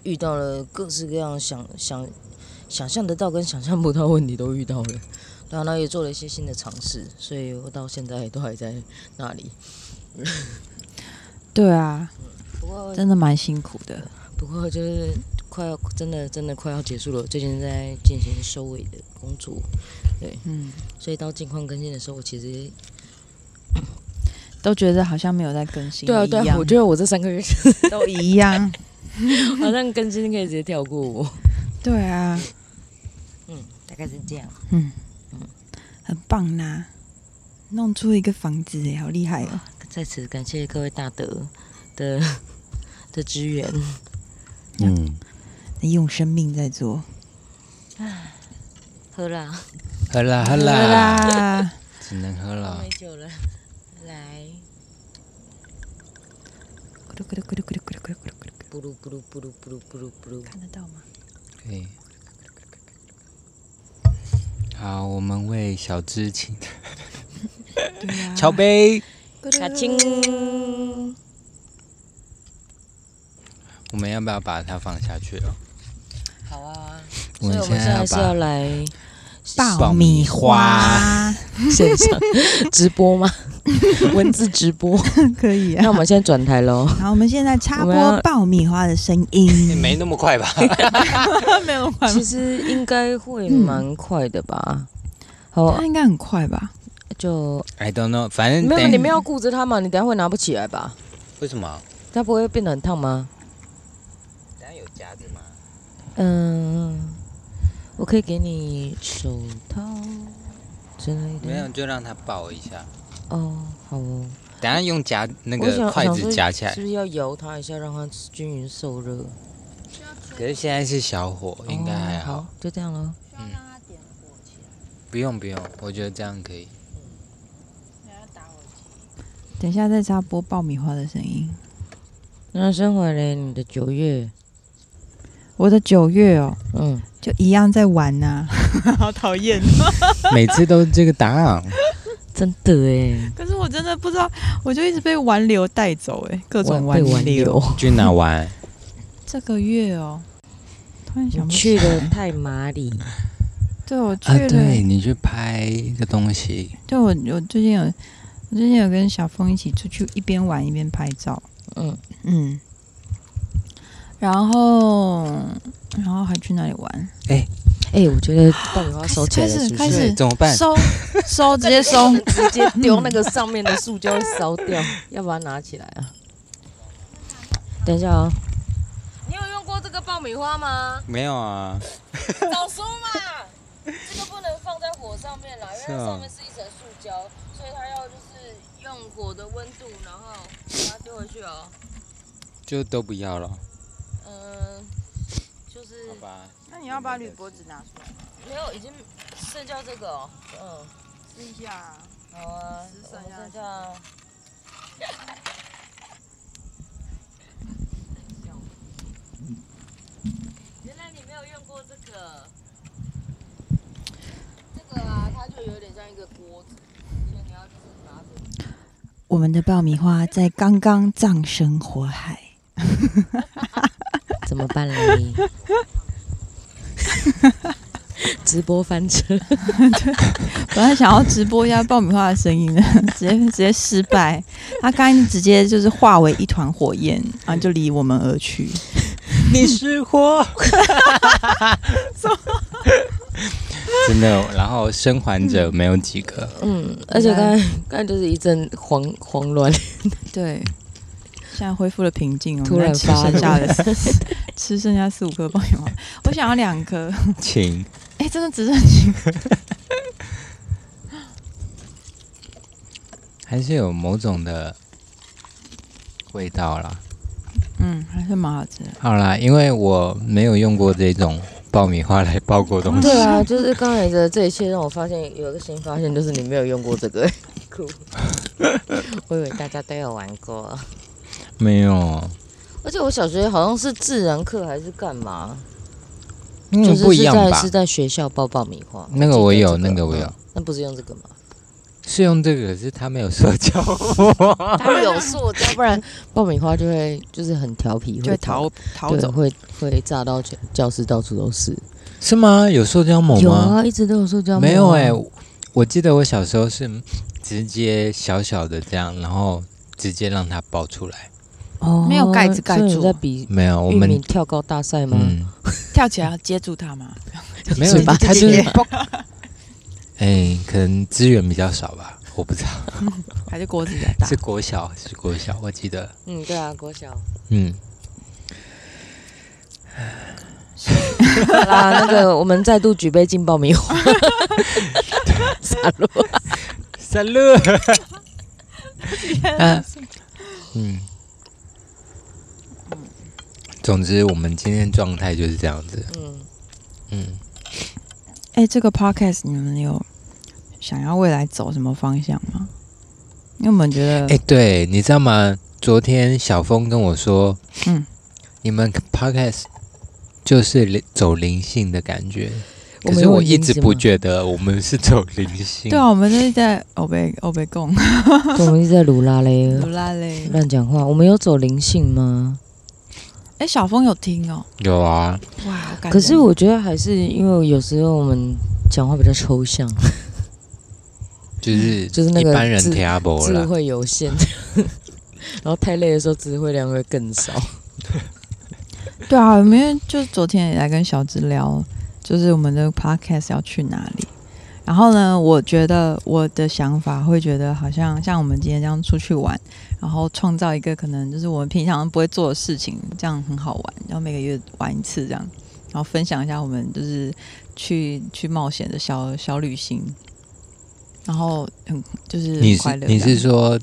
Speaker 2: 遇到了各式各样想想想象得到跟想象不到的问题都遇到了，啊然后也做了一些新的尝试，所以我到现在都还在那里。
Speaker 3: 对啊，
Speaker 2: 不过
Speaker 3: 真的蛮辛苦的。
Speaker 2: 不过就是快要真的真的快要结束了，我最近在进行收尾的工作，
Speaker 3: 嗯，
Speaker 2: 所以到近况更新的时候，我其实
Speaker 3: 都觉得好像没有在更新
Speaker 2: 对
Speaker 3: 了
Speaker 2: 啊
Speaker 3: 一
Speaker 2: 对
Speaker 3: 样。
Speaker 2: 啊，我觉得我这三个 月
Speaker 3: 都一样。
Speaker 2: 好像更新可以直接跳过我，
Speaker 3: 对啊，
Speaker 2: 嗯，大概是这样。
Speaker 3: 很棒啦，弄出一个房子耶，好厉害哦！
Speaker 2: 在此感谢各位大德的 的支援，
Speaker 1: 嗯，
Speaker 3: 你用生命在做。
Speaker 2: 喝啦，
Speaker 1: 喝啦喝
Speaker 3: 对
Speaker 1: 啦，
Speaker 3: 啦。
Speaker 1: 只能喝
Speaker 2: 我
Speaker 1: 了
Speaker 2: 没。酒了，来，
Speaker 3: 咕噜咕噜咕噜咕噜咕噜咕噜咕噜咕噜，
Speaker 2: 布鲁布鲁布鲁布鲁布鲁布鲁，
Speaker 3: 看得到吗？
Speaker 1: 可以。好，我们为小知 情
Speaker 3: 对啊
Speaker 1: 乔杯，
Speaker 2: 卡青，
Speaker 1: 我们要不要把它放下去了？
Speaker 2: 好啊，
Speaker 1: 我
Speaker 2: 所
Speaker 1: 们
Speaker 2: 以我们现在是要
Speaker 1: 把
Speaker 2: 来
Speaker 3: 爆米花，
Speaker 2: 线上 直播吗？文字直 播。
Speaker 3: 可以啊
Speaker 2: 那。我们现在转台喽。
Speaker 3: 好，我们现在插
Speaker 2: 我们要
Speaker 3: 播爆米花的声
Speaker 1: 也
Speaker 3: 音。
Speaker 1: 没那么快吧？
Speaker 4: 没有快吗
Speaker 2: 其实应该会
Speaker 3: 嗯
Speaker 2: 蛮快的吧。好
Speaker 3: 他，应该很快吧？
Speaker 2: 就
Speaker 1: I don't know，反正
Speaker 2: 没有，
Speaker 1: 等
Speaker 2: 你们要顾着它嘛，你等下会拿不起来吧？
Speaker 1: 为什么？
Speaker 2: 它不会变得很烫吗？
Speaker 1: 等下有夹子吗？
Speaker 2: 嗯，我可以给你手套之类的。
Speaker 1: 没有，就让它爆一下。
Speaker 2: 哦，好哦，
Speaker 1: 等下用夹那
Speaker 2: 我想
Speaker 1: 个筷
Speaker 2: 想说
Speaker 1: 子夹起来
Speaker 2: 是。不是要摇它一下，让它均匀受热？
Speaker 1: 可是现在是小火，应该还
Speaker 2: 哦
Speaker 1: 好。
Speaker 2: 好，就这样了。
Speaker 1: 不用不用，我觉得这样可以。
Speaker 3: 等一下再插播爆米花的声音。
Speaker 2: 那生回来你的九月，
Speaker 3: 我的九月哦，
Speaker 2: 嗯，
Speaker 3: 就一样在玩 呐、
Speaker 4: 好讨厌。
Speaker 1: 每次都是这个答案。
Speaker 2: 真的哎，
Speaker 4: 可是我真的不知道，我就一直被玩流带走、哎，各种
Speaker 2: 玩被玩
Speaker 4: 流。
Speaker 2: 流，
Speaker 1: 去哪玩？
Speaker 3: 这个月哦，突然想
Speaker 2: 你
Speaker 3: 不
Speaker 2: 去
Speaker 3: 起
Speaker 2: 了太麻里，
Speaker 3: 对，我去
Speaker 1: 啊，
Speaker 3: 了。
Speaker 1: 对你去拍一个东西，
Speaker 3: 对我我最近有，我最近有跟小峰一起出去，一边玩一边拍照。
Speaker 2: 嗯，
Speaker 3: 嗯，然后然后还去哪里玩？
Speaker 2: 哎，我觉得爆米花收起来了
Speaker 3: 开始
Speaker 2: 是不
Speaker 3: 开
Speaker 2: 是
Speaker 3: 始？
Speaker 1: 怎么办？？
Speaker 3: 收收，直接 收。
Speaker 2: 直接丢那个上面的塑胶烧掉， 要把它拿起来啊。等一下啊、你有用过这个爆米花吗
Speaker 1: 没有啊，
Speaker 2: 早说嘛！这个不能放在火上面啦，因
Speaker 1: 是
Speaker 2: 为
Speaker 1: 啊
Speaker 2: 它上面是一层塑胶，所以它要就是用火的温度，然后把它丢回去哦。
Speaker 1: 就都不要了。
Speaker 2: 嗯、就是
Speaker 1: 好吧，
Speaker 3: 那你要把铝箔纸拿出来
Speaker 2: 没有已经剩下这个哦。嗯，
Speaker 3: 试一下、啊。
Speaker 2: 好啊，
Speaker 3: 只
Speaker 2: 我
Speaker 3: 剩
Speaker 2: 们
Speaker 3: 下
Speaker 2: 剩下。 原来你没有用过这个，这个啊，它就有点像一个锅子，所以你要就是把它煮
Speaker 3: 我们的爆米花在刚刚葬身火海。
Speaker 2: 怎么办 嘞？直播翻车，
Speaker 3: 本来想要直播一下爆米花的声 音的，直接直接失败。他刚才直接就是化为一团火焰，然后就离我们而去。
Speaker 1: 你是火。真的，然后生还者没有几个。
Speaker 2: 嗯，而且刚才刚才就是一阵慌慌乱，
Speaker 3: 对，现在恢复了平静哦。
Speaker 2: 突然
Speaker 3: 我们吃
Speaker 2: 发
Speaker 3: 剩下
Speaker 2: 怒
Speaker 3: 的四 吃剩下四五颗爆米花，我想要两颗。
Speaker 1: 请
Speaker 3: 哎、真的只 剩几颗？
Speaker 1: 还是有某种的味道啦。
Speaker 3: 嗯，还是蛮好吃的。
Speaker 1: 好啦，因为我没有用过这种爆米花来爆过东西，
Speaker 2: 对啊，就是刚才的这一切让我发现有一个新发现，就是你没有用过这个， 酷。我以为大家都有玩过，嗯
Speaker 1: 没有，啊
Speaker 2: 而且我小学好像是自然课还是干嘛，
Speaker 1: 嗯，
Speaker 2: 就是
Speaker 1: 不一
Speaker 2: 是
Speaker 1: 样
Speaker 2: 在
Speaker 1: 吧
Speaker 2: 是？在学校爆爆米花。
Speaker 1: 那个我有，
Speaker 2: 记得这
Speaker 1: 那个我有，
Speaker 2: 嗯那不是用这个吗？
Speaker 1: 是用这个，可是它没有塑胶。
Speaker 2: 它有塑胶，不然爆米花就会就是很调皮，
Speaker 3: 就会
Speaker 2: 跑
Speaker 3: 逃逃
Speaker 2: 对
Speaker 3: 走。
Speaker 2: 会会炸到全教室到处都是。
Speaker 1: 是吗？有塑胶膜
Speaker 2: 有
Speaker 1: 吗？
Speaker 2: 啊，一直都有塑胶膜啊。
Speaker 1: 没有哎、我记得我小时候是直接小小的这样，然后直接让它爆出来。
Speaker 2: 哦
Speaker 3: 没有盖子盖
Speaker 2: 所以你
Speaker 3: 住
Speaker 2: 在比
Speaker 1: 没有，我
Speaker 2: 玉米
Speaker 1: 们
Speaker 2: 跳高大赛吗？
Speaker 1: 嗯，
Speaker 3: 跳起来要接住它 吗？
Speaker 1: 没有
Speaker 2: 是吧，
Speaker 1: 它就是
Speaker 2: 姐姐
Speaker 1: 爆。哎、可能资源比较少吧，我不知道。
Speaker 3: 还是锅子比较大
Speaker 1: 是？国小，是国小，我记得。
Speaker 2: 嗯，对啊，国小。
Speaker 1: 嗯，
Speaker 2: 好 啦，那个我们再度举杯敬爆米花，傻路。
Speaker 1: 三乐。啊，嗯。总之，我们今天状态就是这样子。
Speaker 2: 嗯，
Speaker 1: 嗯，
Speaker 3: 哎、这个 podcast 你们有想要未来走什么方向吗？因为我们觉得，
Speaker 1: 哎、对，你知道吗？昨天小峰跟我说，
Speaker 3: 嗯，
Speaker 1: 你们 podcast 就是灵走灵性的感觉，
Speaker 2: 我
Speaker 1: 可
Speaker 2: 们
Speaker 1: 是
Speaker 2: 有
Speaker 1: 我
Speaker 2: 灵
Speaker 1: 一直
Speaker 2: 性
Speaker 1: 不
Speaker 2: 吗
Speaker 1: 觉得我们是走灵 性。
Speaker 3: 对啊，我们就是在欧贝欧贝贡
Speaker 2: 嗯我们一直在鲁拉嘞，
Speaker 3: 不拉嘞。
Speaker 2: 乱讲话。我们有走灵性吗？
Speaker 3: 哎、小峰有听哦，
Speaker 1: 有啊，
Speaker 3: 哇，好感人
Speaker 2: 可是我觉得还是因为有时候我们讲话比较抽象，
Speaker 1: 就是
Speaker 2: 嗯就是那
Speaker 1: 一
Speaker 2: 个
Speaker 1: 般人
Speaker 2: 智
Speaker 1: t a b
Speaker 2: 智
Speaker 1: 啦，
Speaker 2: 慧有限， 然后太累的时候智慧量会更少。
Speaker 3: 对啊，我们就昨天也来跟小芝聊，就是我们的 podcast 要去哪里。然后呢，我觉得我的想法会觉得好像像我们今天这样出去玩，然后创造一个可能就是我们平常不会做的事情，这样很好玩。然后每个月玩一次这样，然后分享一下我们就是去去冒险的小小旅行，然后很就是
Speaker 1: 你
Speaker 3: 很
Speaker 1: 是
Speaker 3: 快乐这
Speaker 1: 你
Speaker 3: 样。
Speaker 1: 是说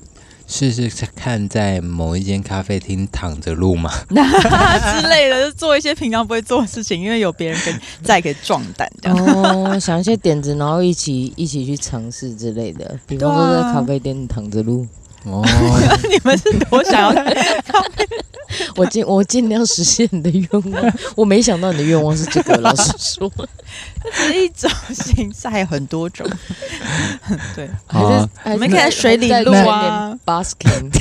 Speaker 1: 试试看在某一间咖啡厅躺着录吗？
Speaker 3: 之类的，就做一些平常不会做的事情，因为有别人跟在可以壮胆这样。
Speaker 2: 哦，想一些点子，然后一起一起去尝试之类的，比方说在
Speaker 3: 对啊
Speaker 2: 咖啡店躺着录。
Speaker 1: 哦，
Speaker 3: 你们是多想 要
Speaker 2: 我尽我尽量实现你的愿望，我没想到你的愿望是这 个，老实说，
Speaker 3: 是一种形式，还有很多种。 对，
Speaker 2: 还在
Speaker 1: 哦
Speaker 2: 还
Speaker 3: 我
Speaker 2: 是
Speaker 3: 们可以在水里录啊，
Speaker 2: 啊 ，basking，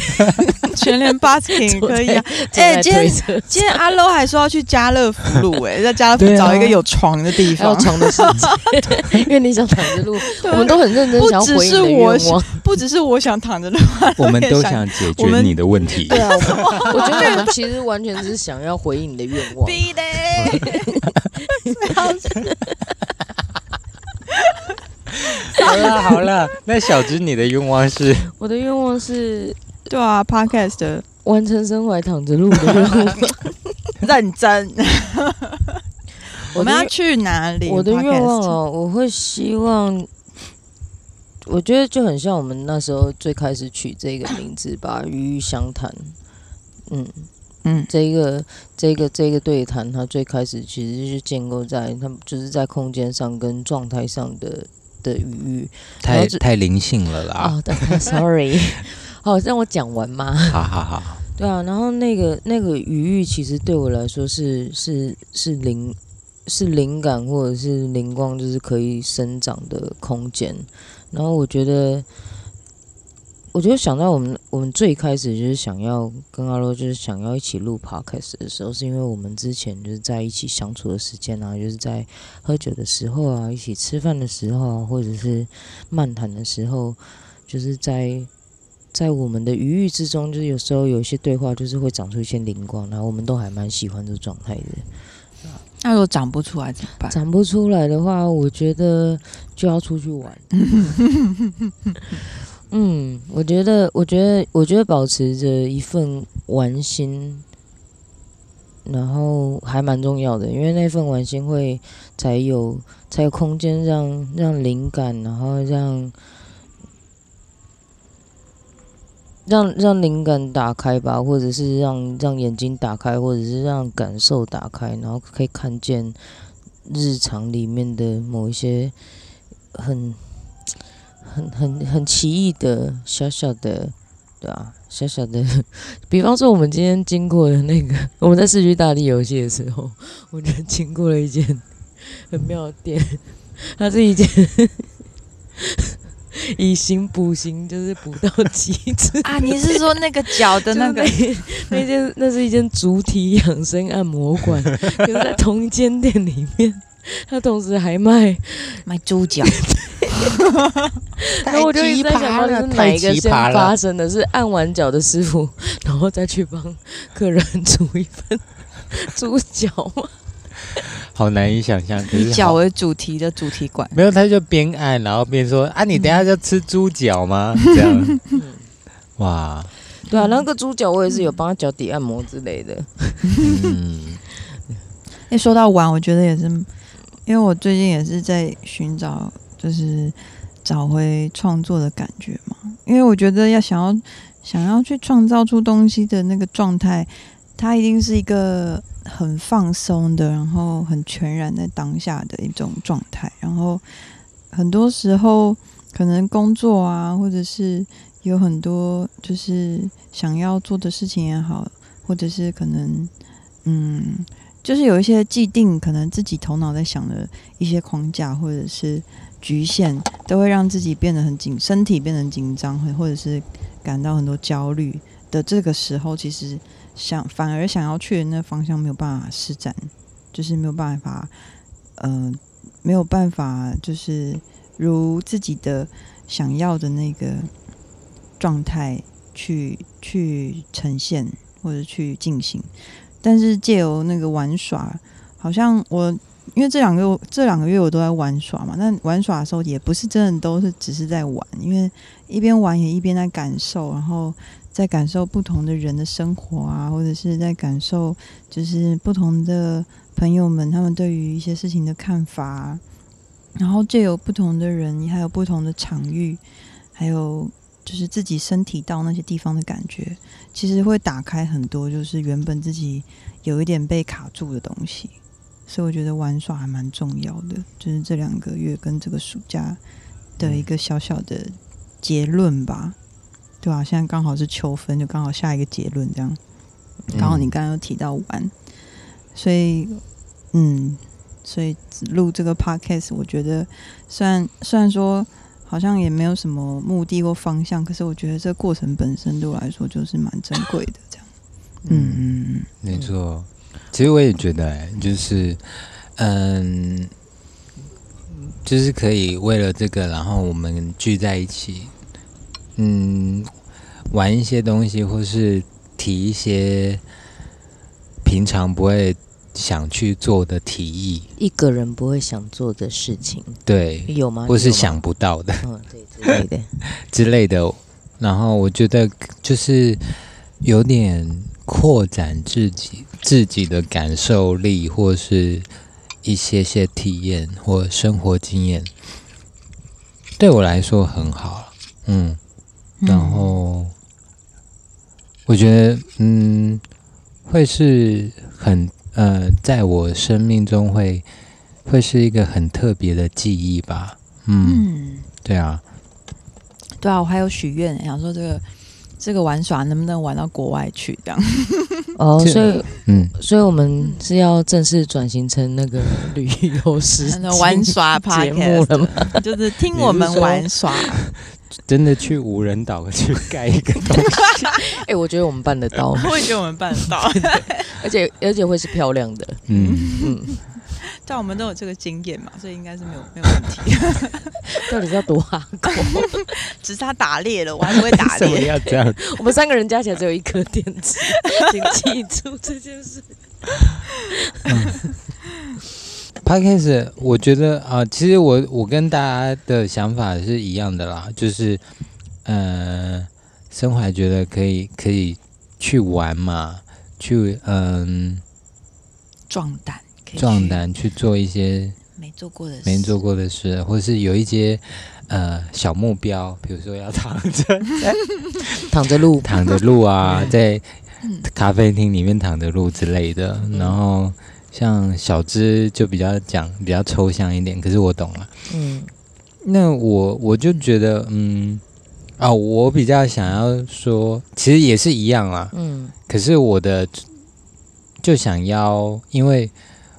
Speaker 3: 全联 basking 可 以啊。哎
Speaker 2: 哎，今
Speaker 3: 今天
Speaker 2: 天
Speaker 3: 今天阿 Lo 还说要去家乐福录，哎，在 家乐福找一个有床的地
Speaker 2: 还有
Speaker 3: 方，
Speaker 2: 床的世 界，因为你想躺着 录，我们都很认真
Speaker 3: 不
Speaker 2: 想要
Speaker 3: 只
Speaker 2: 回应
Speaker 3: 是
Speaker 2: 你的
Speaker 3: 我
Speaker 2: 愿
Speaker 3: 想
Speaker 2: 望。
Speaker 3: 不只是我想躺着 录，
Speaker 1: 我们都
Speaker 3: 想
Speaker 1: 想解
Speaker 3: 我
Speaker 1: 决
Speaker 3: 们
Speaker 1: 你的问题。
Speaker 2: 对啊，我我觉得我们其实完全是想要回应你的愿望。
Speaker 3: 逼的。不要
Speaker 1: 好了好了， 那小芝你的愿望是
Speaker 2: 我的愿望是
Speaker 3: 对啊，podcast 的
Speaker 2: 完成身怀躺着录的愿望。
Speaker 3: 认真， 我
Speaker 2: 我
Speaker 3: 们
Speaker 2: 的
Speaker 3: 要去哪里？
Speaker 2: 我的愿望
Speaker 3: podcast
Speaker 2: 哦，我会希望，我觉得就很像我们那时候最开始取这个名字吧，鱼与相谈。嗯，
Speaker 3: 嗯，
Speaker 2: 这一个这一个这一个对谈，它最开始其实就是建构在它就是在空间上跟状态上的的语域
Speaker 1: 太
Speaker 2: 然后这
Speaker 1: 太灵性了啦。
Speaker 2: 啊。对 sorry，好， 让我讲完嘛。
Speaker 1: 好好好，
Speaker 2: 对啊，然后那个那个余域，其实对我来说是是是灵，是灵感或者是灵光，就是可以生长的空间。然后我觉得，我就想到我们我们最开始就是想要跟阿洛就是想要一起录 podcast 的时候，是因为我们之前就是在一起相处的时间啊，就是在喝酒的时候啊，一起吃饭的时候啊，或者是漫谈的时候，就是在在我们的余域之中，就是有时候有一些对话，就是会长出一些灵光，然后我们都还蛮喜欢这种状态的。
Speaker 3: 那如果长不出来怎么办？
Speaker 2: 长不出来的话，我觉得就要出去玩。嗯，我觉得，我觉得，我觉得保持着一份玩心，然后还蛮重要的，因为那份玩心会才有才有空间让让灵感，然后让让让灵感打开吧，或者是让让眼睛打开，或者是让感受打开，然后可以看见日常里面的某一些很很很很奇异的小小的，对啊，小小的， 比方说我们今天经过的那个， 我们在市区大地游戏的时候， 我们就经过了一间很妙的店， 它是一间 以形补形，就是补到 极致。
Speaker 3: 啊，你是说那个脚的 那个
Speaker 2: 就？是那那间那是一间主体养生按摩馆， 可是在同一间店里面，它同时还卖
Speaker 3: 卖 猪脚，
Speaker 2: 然后我就一直在想到底是哪一个先发生的，是按完脚的师傅， 然后再去帮客人煮一份 猪脚吗？
Speaker 1: 好难以想象。可
Speaker 3: 以
Speaker 1: 是
Speaker 3: 脚
Speaker 1: 好
Speaker 3: 为主题的主题馆。
Speaker 1: 没有，他就边按然后边说啊，你等一下要吃猪脚吗？这 样，哇，
Speaker 2: 对啊，那个猪脚我也是有帮他脚底按摩之类的。
Speaker 1: 嗯，
Speaker 3: 一说到玩，我觉得也是，因为我最近也是在寻找，就是找回创作的感觉嘛。因为我觉得要想要想要去创造出东西的那个状态，它一定是一个很放松的，然后很全然在当下的一种状态。然后很多时候可能工作啊，或者是有很多就是想要做的事情也好，或者是可能嗯。就是有一些既定可能自己头脑在想的一些框架或者是局限，都会让自己变得很紧，身体变得很紧张，或或者是感到很多焦虑的这个时候，其实想反而想要去的那方向没有办法施展，就是没有办法，呃，没有办法，就是如自己的想要的那个状态去去呈现或者去进行。但是借由那个玩耍，好像我因为这两个这两个月我都在玩耍嘛，那玩耍的时候也不是真的都是只是在玩，因为一边玩也一边在感受，然后在感受不同的人的生活啊，或者是在感受就是不同的朋友们他们对于一些事情的看法、啊，然后借由不同的人，还有不同的场域，还有就是自己身体到那些地方的感觉，其实会打开很多就是原本自己有一点被卡住的东西。所以我觉得玩耍还蛮重要的，就是这两个月跟这个暑假的一个小小的结论吧，对啊，现在刚好是秋分，就刚好下一个结论这样。刚好
Speaker 1: 嗯
Speaker 3: 你刚刚有提到玩，所以嗯，所以录这个 podcast，我觉得虽然虽然说好像也没有什么目的或方向，可是我觉得这个过程本身对我来说就是蛮珍贵的这样。嗯嗯嗯。
Speaker 1: 没错，其实我也觉得、欸，就是，嗯，就是可以为了这个，然后我们聚在一起，嗯，玩一些东西，或是提一些平常不会想去做的提议，
Speaker 2: 一个人不会想做的事情，
Speaker 1: 对，
Speaker 2: 有吗？
Speaker 1: 或是
Speaker 2: 有吗
Speaker 1: 想不到的，
Speaker 2: 嗯，对之类 的，
Speaker 1: 之类的。然后我觉得就是有点扩展自己自己的感受力，或是一些些体验或生活经验，对我来说很好。嗯，
Speaker 3: 嗯
Speaker 1: 然后我觉得，嗯，会是很呃，在我生命中会会是一个很特别的记忆吧。嗯，
Speaker 3: 嗯，
Speaker 1: 对啊，
Speaker 3: 对啊，我还有许愿、想说这个这个玩耍能不能玩到国外去这样。
Speaker 2: 哦，
Speaker 1: 这
Speaker 2: 所以
Speaker 1: 嗯，
Speaker 2: 所以我们是要正式转型成那个旅游师
Speaker 3: 玩耍
Speaker 2: 节目
Speaker 3: podcast
Speaker 2: 了吗？
Speaker 3: 就是听我们玩耍，
Speaker 1: 真的去无人岛去盖一个东西，
Speaker 2: 哎、我觉得我们办得到，
Speaker 3: 我也觉得我们办得到，
Speaker 2: 而且而且会是漂亮的。
Speaker 1: 嗯，
Speaker 2: 嗯，
Speaker 3: 但我们都有这个经验嘛，所以应该是没有没有问题。
Speaker 2: 到底是要多哈狗？
Speaker 3: 只是他打猎了，我还不会打
Speaker 1: 为 什么
Speaker 3: 猎。
Speaker 1: 要这样？
Speaker 2: 我们三个人加起来只有一颗电池，请记住这件事。
Speaker 1: Podcast，我觉得啊、其实我我跟大家的想法是一样的啦，就是，呃，生怀觉得可以可以去玩嘛，去嗯、
Speaker 3: 壮胆，可以去
Speaker 1: 壮胆去做一些
Speaker 3: 没做过的事，
Speaker 1: 没做过的事，或是有一些呃小目标，比如说要躺着
Speaker 2: 躺着录，
Speaker 1: 躺着录啊，在咖啡厅里面躺着录之类的。然后像小芝就比较讲比较抽象一点，可是我懂了。
Speaker 2: 嗯，
Speaker 1: 那我我就觉得，嗯，啊，我比较想要说，其实也是一样啦。
Speaker 2: 嗯
Speaker 1: 可是我的就想要，因为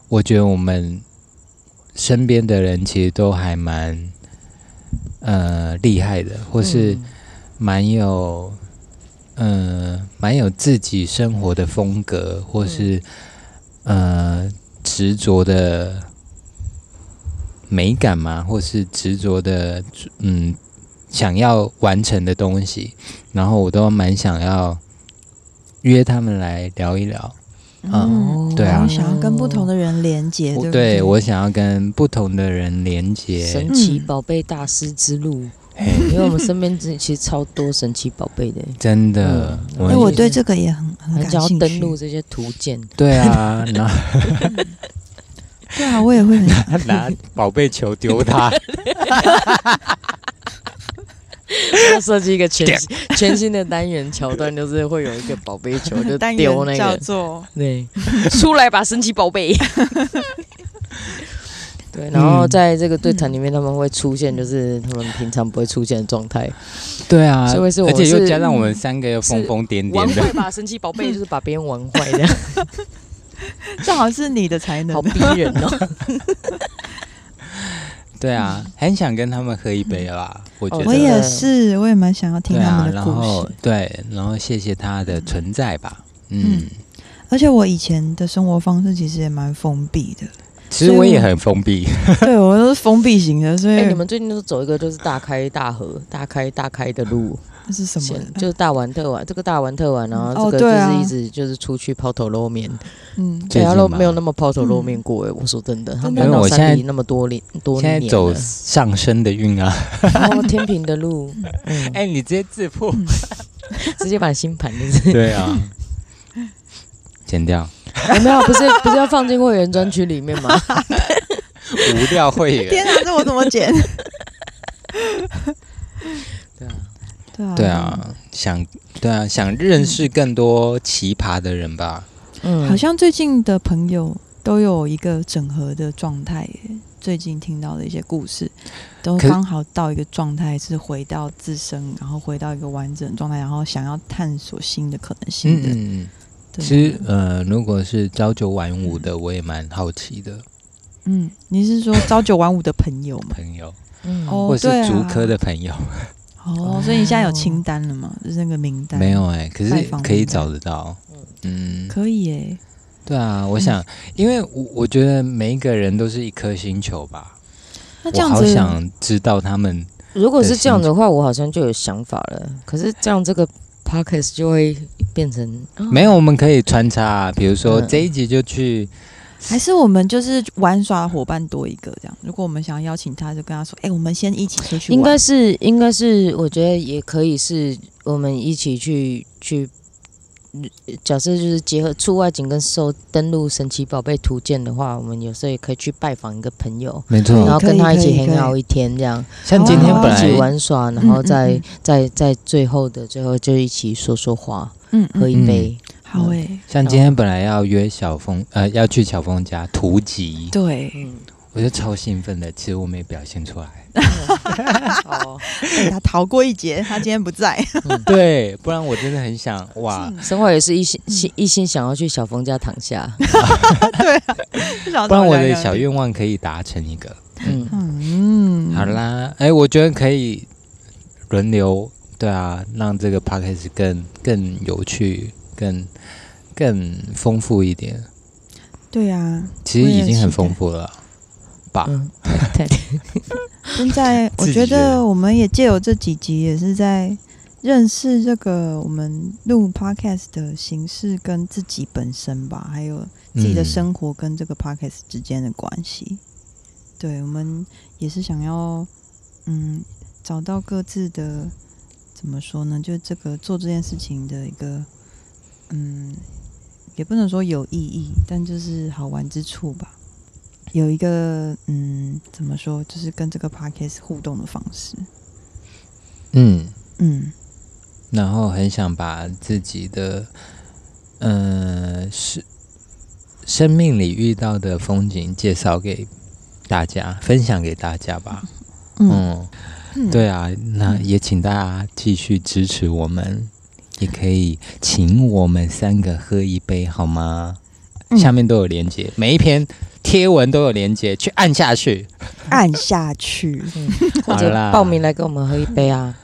Speaker 1: 我觉得我们身边的人其实都还蛮呃厉害的，或是
Speaker 2: 嗯
Speaker 1: 蛮有嗯蛮、有自己生活的风格，或是、呃执着的美感嘛，或是执着的嗯想要完成的东西，然后我都蛮想要约他们来聊一聊。
Speaker 3: 嗯，
Speaker 1: 对啊
Speaker 3: 然后想要跟不同的人连接，
Speaker 1: 我
Speaker 3: 对不
Speaker 1: 对
Speaker 3: 对
Speaker 1: 我想要跟不同的人连接，
Speaker 2: 神奇宝贝大师之路，因为我们身边真的其实超多神奇宝贝 的，
Speaker 1: 真的，
Speaker 2: 嗯
Speaker 1: 我
Speaker 3: 哎，
Speaker 2: 那
Speaker 3: 我对这个也很很
Speaker 2: 还
Speaker 3: 感
Speaker 2: 叫
Speaker 3: 兴趣。
Speaker 2: 登录这些图 鉴，
Speaker 1: 对 啊，然后
Speaker 3: 对啊，我也会 很想。
Speaker 1: 拿宝贝球丢他，
Speaker 2: 要设计一个全新 全新的单元桥段，就是会有一个宝贝球，就
Speaker 3: 单
Speaker 2: 丢
Speaker 3: 元
Speaker 2: 那
Speaker 3: 叫
Speaker 2: 个，
Speaker 3: 做
Speaker 2: 对，出来吧，神奇宝 贝。对，然后
Speaker 1: 嗯
Speaker 2: 在这个对谈里面，他们会出现就是他们平常不会出现的状态。
Speaker 1: 对啊，
Speaker 2: 所以是我
Speaker 1: 而
Speaker 2: 们
Speaker 1: 且又
Speaker 2: 是
Speaker 1: 加上我们三个又疯疯癫
Speaker 2: 玩
Speaker 1: 癫的，
Speaker 2: 坏吧，神奇宝贝就是把别人玩坏这样，
Speaker 3: 正好是你的才能
Speaker 2: 好，逼人哦。
Speaker 1: 对啊，很想跟他们喝一杯啦，我觉
Speaker 2: 哦
Speaker 1: 得
Speaker 3: 我也是，我也蛮想要听
Speaker 1: 对
Speaker 3: 他
Speaker 1: 啊，
Speaker 3: 们的
Speaker 1: 然
Speaker 3: 故
Speaker 1: 后
Speaker 3: 事。
Speaker 1: 对，然后谢谢他的存在吧，嗯，
Speaker 3: 而且我以前的生活方式其实也蛮封闭的，
Speaker 1: 其实我也很封闭，
Speaker 3: 对我都是封闭型的，所以、
Speaker 2: 哎、你们最近都走一个就是大开大合、大开大开的路，
Speaker 3: 那是什么？
Speaker 2: 就是大玩特玩，这个大玩特玩，然
Speaker 3: 哦
Speaker 2: 后这个
Speaker 3: 对啊
Speaker 2: 就是一直就是出去抛头露面，
Speaker 3: 嗯，
Speaker 1: 最
Speaker 2: 对
Speaker 1: 近
Speaker 2: 啊，
Speaker 1: 嘛
Speaker 2: 都没有那么抛头露面过哎、我说真的，他
Speaker 3: 真
Speaker 2: 们
Speaker 3: 的
Speaker 2: 搬
Speaker 1: 因为
Speaker 2: 到
Speaker 1: 我现在
Speaker 2: 山里那么多年多
Speaker 1: 现在
Speaker 2: 年
Speaker 1: 走
Speaker 2: 了，
Speaker 1: 上升的运啊！
Speaker 2: 然后天平的路，嗯，
Speaker 1: 哎、你直接自破，
Speaker 3: 嗯
Speaker 2: 直接把星盘 就是
Speaker 1: 对 啊，剪掉
Speaker 2: 哎没有，不是不是要放进会员专区里面吗？
Speaker 1: 无料会员，
Speaker 3: 天哪，这我怎么剪？
Speaker 2: 对啊，
Speaker 3: 对啊，
Speaker 1: 对，啊，想对啊，想认识更多奇葩的人吧。
Speaker 2: 嗯
Speaker 3: 好像最近的朋友都有一个整合的状态耶。最近听到的一些故事，都
Speaker 1: 可是
Speaker 3: 刚好到一个状态，是回到自身，然后回到一个完整的状态，然后想要探索新的可能性
Speaker 1: 嗯
Speaker 3: 的。
Speaker 1: 嗯，嗯
Speaker 3: 对
Speaker 1: 其实呃，如果是朝九晚五的，我也蛮好奇的
Speaker 3: 嗯，你是说朝九晚五的朋友吗？
Speaker 1: 朋友，
Speaker 2: 嗯
Speaker 3: 哦
Speaker 1: 或是
Speaker 3: 对啊
Speaker 1: 竹科的朋友，
Speaker 3: 哦，所以你现在有清单了吗？就是那个名单？
Speaker 1: 没有，哎、可
Speaker 3: 拜
Speaker 1: 是
Speaker 3: 访
Speaker 1: 可以
Speaker 3: 名单
Speaker 1: 找得到。嗯，
Speaker 3: 可嗯以耶。
Speaker 1: 对啊，我想，因为我我觉得每一个人都是一颗星球吧，
Speaker 3: 那这
Speaker 1: 我
Speaker 3: 样
Speaker 1: 好
Speaker 3: 子，
Speaker 1: 想知道他们
Speaker 2: 如果是这样的话，我好像就有想法了。可是这样这个 podcast 就会变成、
Speaker 3: 哦
Speaker 2: 啊
Speaker 1: 没有，我们可以穿插啊，比如说
Speaker 2: 嗯
Speaker 1: 这一集就去，
Speaker 3: 还是我们就是玩耍的伙伴多一个这样。如果我们想要邀请他，就跟他说：“哎、我们先一起出去玩。”
Speaker 2: 应该是应该是，我觉得也可以是我们一起去去。假设就是结合出外景跟收登录神奇宝贝图鉴的话，我们有时候也可以去拜访一个朋友，
Speaker 1: 没
Speaker 3: 嗯
Speaker 2: 然后跟他一
Speaker 3: 可以
Speaker 2: 起
Speaker 3: 可以可以
Speaker 2: hang out 一天这样，
Speaker 1: 像今天
Speaker 2: 然后
Speaker 1: 本
Speaker 2: 一起
Speaker 1: 来
Speaker 2: 玩耍，然
Speaker 3: 嗯
Speaker 2: 后
Speaker 3: 嗯
Speaker 2: 再、
Speaker 3: 嗯
Speaker 2: 再再最后的最后就一起说说话，
Speaker 3: 嗯，
Speaker 2: 喝
Speaker 3: 嗯
Speaker 2: 一杯，
Speaker 3: 好哎、
Speaker 1: 像今天本来要约小峰，呃，要去小峰家图集，
Speaker 3: 对，
Speaker 2: 嗯，
Speaker 1: 我就超兴奋的，其实我没表现出 来，
Speaker 2: 好、哦，
Speaker 3: 哎他逃过一劫，他今天不在。
Speaker 1: 对，不然我真的很想哇，
Speaker 2: 生活也是一心心一心想要去小峰家躺下，
Speaker 3: 不晓得
Speaker 1: 不然我
Speaker 3: 怎么
Speaker 1: 的
Speaker 3: 聊
Speaker 1: 小
Speaker 3: 天
Speaker 1: 愿望可以达成一个。
Speaker 2: 嗯，
Speaker 3: 嗯，
Speaker 1: 好，啦，哎、我觉得可以轮流，对啊，让这个 podcast 更更有趣，更更丰富一点。
Speaker 3: 对啊，
Speaker 1: 其实
Speaker 3: 我也
Speaker 1: 已经很
Speaker 3: 期待
Speaker 1: 丰富了，吧？
Speaker 2: 嗯，对对，
Speaker 3: 现在我
Speaker 1: 自己
Speaker 3: 觉
Speaker 1: 觉得
Speaker 3: 得我们也借由这几集，也是在认识这个我们录 podcast 的形式跟自己本身吧，还有
Speaker 1: 嗯
Speaker 3: 自己的生活跟这个 podcast 之间的关系。对，我们也是想要嗯找到各自的怎么说呢？就这个做这件事情的一个嗯，也不能说有意义，但就是好玩之处吧。有一个嗯，怎么说，就是跟这个 podcast 互动的方式。
Speaker 1: 嗯，嗯，
Speaker 3: 嗯，
Speaker 1: 然后很想把自己的，呃，是生命里遇到的风景介绍给大家，分享给大家吧。
Speaker 3: 嗯，
Speaker 1: 嗯，
Speaker 3: 嗯
Speaker 1: 对啊，那也请大家继续支持我们，也可以请我们三个喝一杯好吗？
Speaker 3: 嗯
Speaker 1: 下面都有连接，每一篇贴文都有连接，去按下去。
Speaker 2: 嗯
Speaker 3: 按下去。
Speaker 2: 或
Speaker 1: 好
Speaker 2: 者
Speaker 1: 啦
Speaker 2: 报名来跟我们喝一杯啊。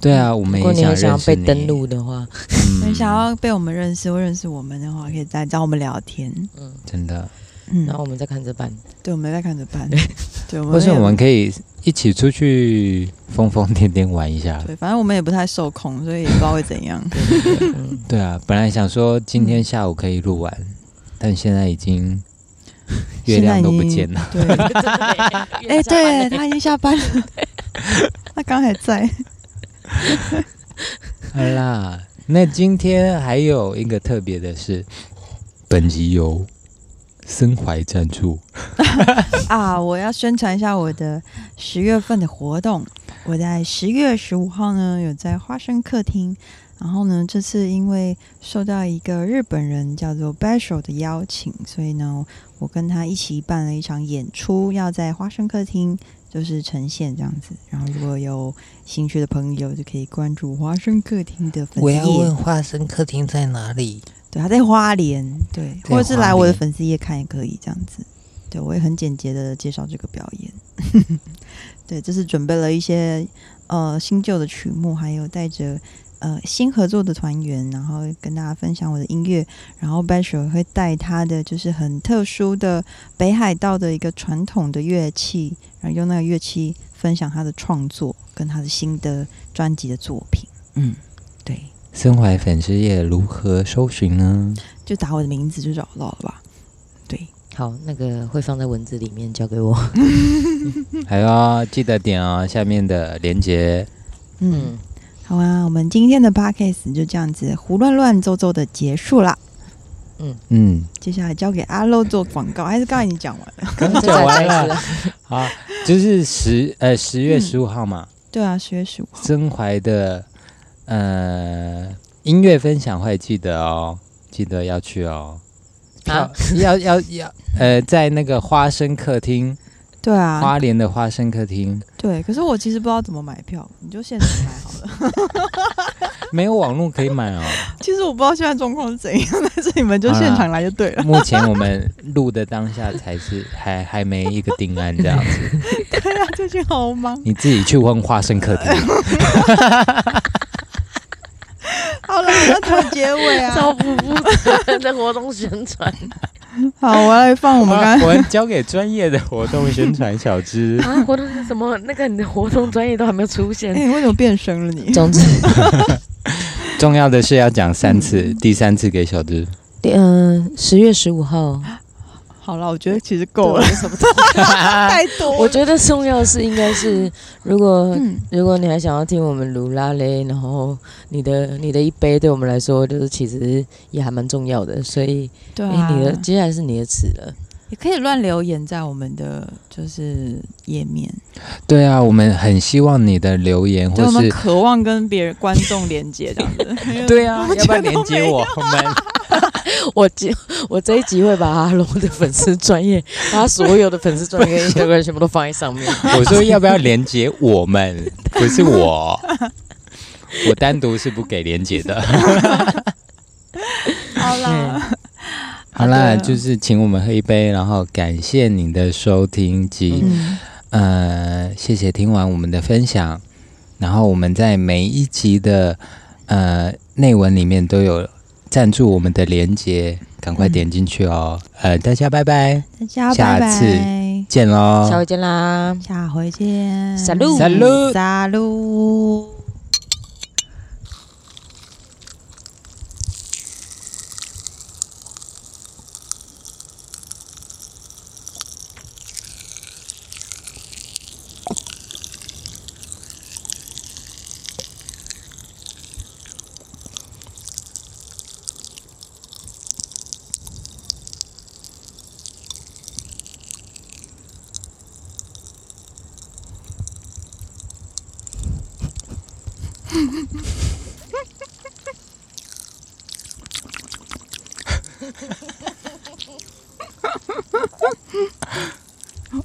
Speaker 1: 对啊，我们
Speaker 2: 如果
Speaker 1: 也
Speaker 2: 你很想要
Speaker 1: 认识
Speaker 2: 被
Speaker 1: 你。
Speaker 2: 登录的话，
Speaker 1: 嗯
Speaker 3: 很想要被我们认识或认识我们的话，可以再找我们聊天。
Speaker 2: 嗯，
Speaker 1: 真的，
Speaker 3: 嗯
Speaker 2: 然后我们再看 着办。
Speaker 3: 对，我们在看着办。对，我
Speaker 1: 哎
Speaker 3: 们
Speaker 1: 或是
Speaker 3: 也
Speaker 1: 我们可以一起出去疯疯癫癫玩一下。
Speaker 3: 对，反正我们也不太受控，所以也不知道会 怎样。
Speaker 2: 对对对嗯，
Speaker 1: 对啊，本来想说今天下午可以录完，但现在已经月
Speaker 3: 现
Speaker 1: 亮
Speaker 3: 在已
Speaker 1: 都不
Speaker 3: 经
Speaker 1: 见了。
Speaker 3: 对，哎、
Speaker 2: 啊
Speaker 3: 对他已经下 班了，他刚还在。
Speaker 1: 好啦，那今天还有一个特别的是，本集由森怀赞助。
Speaker 3: 啊，我要宣传一下我的十月份的活动。我在十月十五号呢，有在花生客厅。然后呢，这次因为受到一个日本人叫做 Basho 的邀请，所以呢，我跟他一起办了一场演出，要在花生客厅就是呈现这样子。然后如果有兴趣的朋友，就可以关注花生客厅的粉丝页。
Speaker 1: 花生客厅在哪里？
Speaker 3: 对，他在花莲，对，
Speaker 1: 在
Speaker 3: 或者是来
Speaker 1: 花
Speaker 3: 我的
Speaker 1: 莲
Speaker 3: 粉丝页看也可以这样子。对，我也很简洁的介绍这个表演。 对，这是准备了一些呃新旧的曲目，还有带着呃新合作的团员，然后跟大家分享我的音乐，然后 b a s h 会带他的就是很特殊的北海道的一个传统的乐器，然后用那个乐器分享他的创作跟他的新的专辑的作品。嗯，对，
Speaker 1: 身怀粉丝业如何搜寻呢？
Speaker 3: 就打我的名字就找到了吧。对，
Speaker 2: 好，那个会放在文字里面，交给我。
Speaker 1: 还要哎记得点哦，下面的连接。
Speaker 3: 嗯，好啊，我们今天的 podcast 就这样子胡乱乱周周的结束啦。
Speaker 1: 嗯，
Speaker 3: 接下来交给阿漏做广告，还是刚才你讲完了？
Speaker 1: 刚
Speaker 2: 这
Speaker 1: 讲完
Speaker 2: 才开始
Speaker 1: 了，好，就是十呃十月十五号嘛，
Speaker 3: 对啊，十月十五号。
Speaker 1: 曾怀的呃音乐分享会，记得哦，记得要去哦。
Speaker 2: 啊
Speaker 1: 要要要，呃，在那个花生客厅，
Speaker 3: 对啊，
Speaker 1: 花莲的花生客厅，
Speaker 3: 对。可是我其实不知道怎么买票，你就现场买好了。
Speaker 1: 没有网络可以买哦。
Speaker 3: 其实我不知道现在状况是怎样，但是你们就
Speaker 1: 好啦
Speaker 3: 现场来就对 了。
Speaker 1: 目前我们录的当下才是还还没一个定案这样子，
Speaker 3: 对啊，最近好 忙。
Speaker 1: 你自己去问花生客厅。
Speaker 3: 好了，要做结 尾啊。
Speaker 2: 照顾不责 任的活动宣传
Speaker 3: 好，我要来放我们刚
Speaker 1: 好 啊我们交给专业的活动宣传小芝。
Speaker 2: 啊，活动是什么？那个你的活动专业都还没有出现。
Speaker 3: 哎、为什么变声了你？
Speaker 2: 总之，
Speaker 1: 重要的是要讲三次，第三次给小芝。
Speaker 2: 嗯、十月十五号
Speaker 3: 好了，我觉得其实够了，
Speaker 2: 对我什么 都
Speaker 3: 太多了。
Speaker 2: 我觉得重要的是应该是，如果
Speaker 3: 嗯，
Speaker 2: 如果你还想要听我们卢拉嘞，然后你的你的一杯对我们来说就是其实也还蛮重要的，所以
Speaker 3: 对
Speaker 2: 哎、
Speaker 3: 啊，
Speaker 2: 你的接下来是你的词了，
Speaker 3: 也可以乱留言在我们的就是页面，
Speaker 1: 对啊，我们很希望你的留言
Speaker 3: 对
Speaker 1: 或
Speaker 3: 我们
Speaker 1: 是
Speaker 3: 渴望跟别人观众连接这样子。
Speaker 1: 对啊，
Speaker 3: 我觉
Speaker 1: 要不
Speaker 3: 得
Speaker 1: 要连接我们？
Speaker 2: 我这我这一集会把阿龙的粉丝专业，把他所有的粉丝专业跟 Instagram 全部都放在上面。
Speaker 1: 我说要不要连接我们？不是我，我单独是不给连接的。
Speaker 3: 好啦。
Speaker 2: 嗯
Speaker 1: 好啦，
Speaker 3: 好的
Speaker 1: 就是请我们喝一杯，然后感谢您的收听及、
Speaker 3: 嗯，
Speaker 1: 呃，谢谢听完我们的分享。然后我们在每一集的呃内文里面都有赞助我们的连接，赶快点进去哦。呃，大家拜拜，
Speaker 3: 大家
Speaker 1: 下
Speaker 3: 拜拜，
Speaker 1: 次见喽。
Speaker 2: 下回见啦，
Speaker 3: 下回见，
Speaker 2: Salud
Speaker 1: Salud
Speaker 3: 沙路。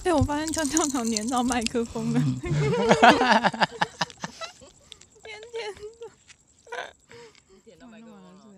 Speaker 4: 哎、我发现跳跳糖粘到麦克风了。甜甜的，粘到麦克风了。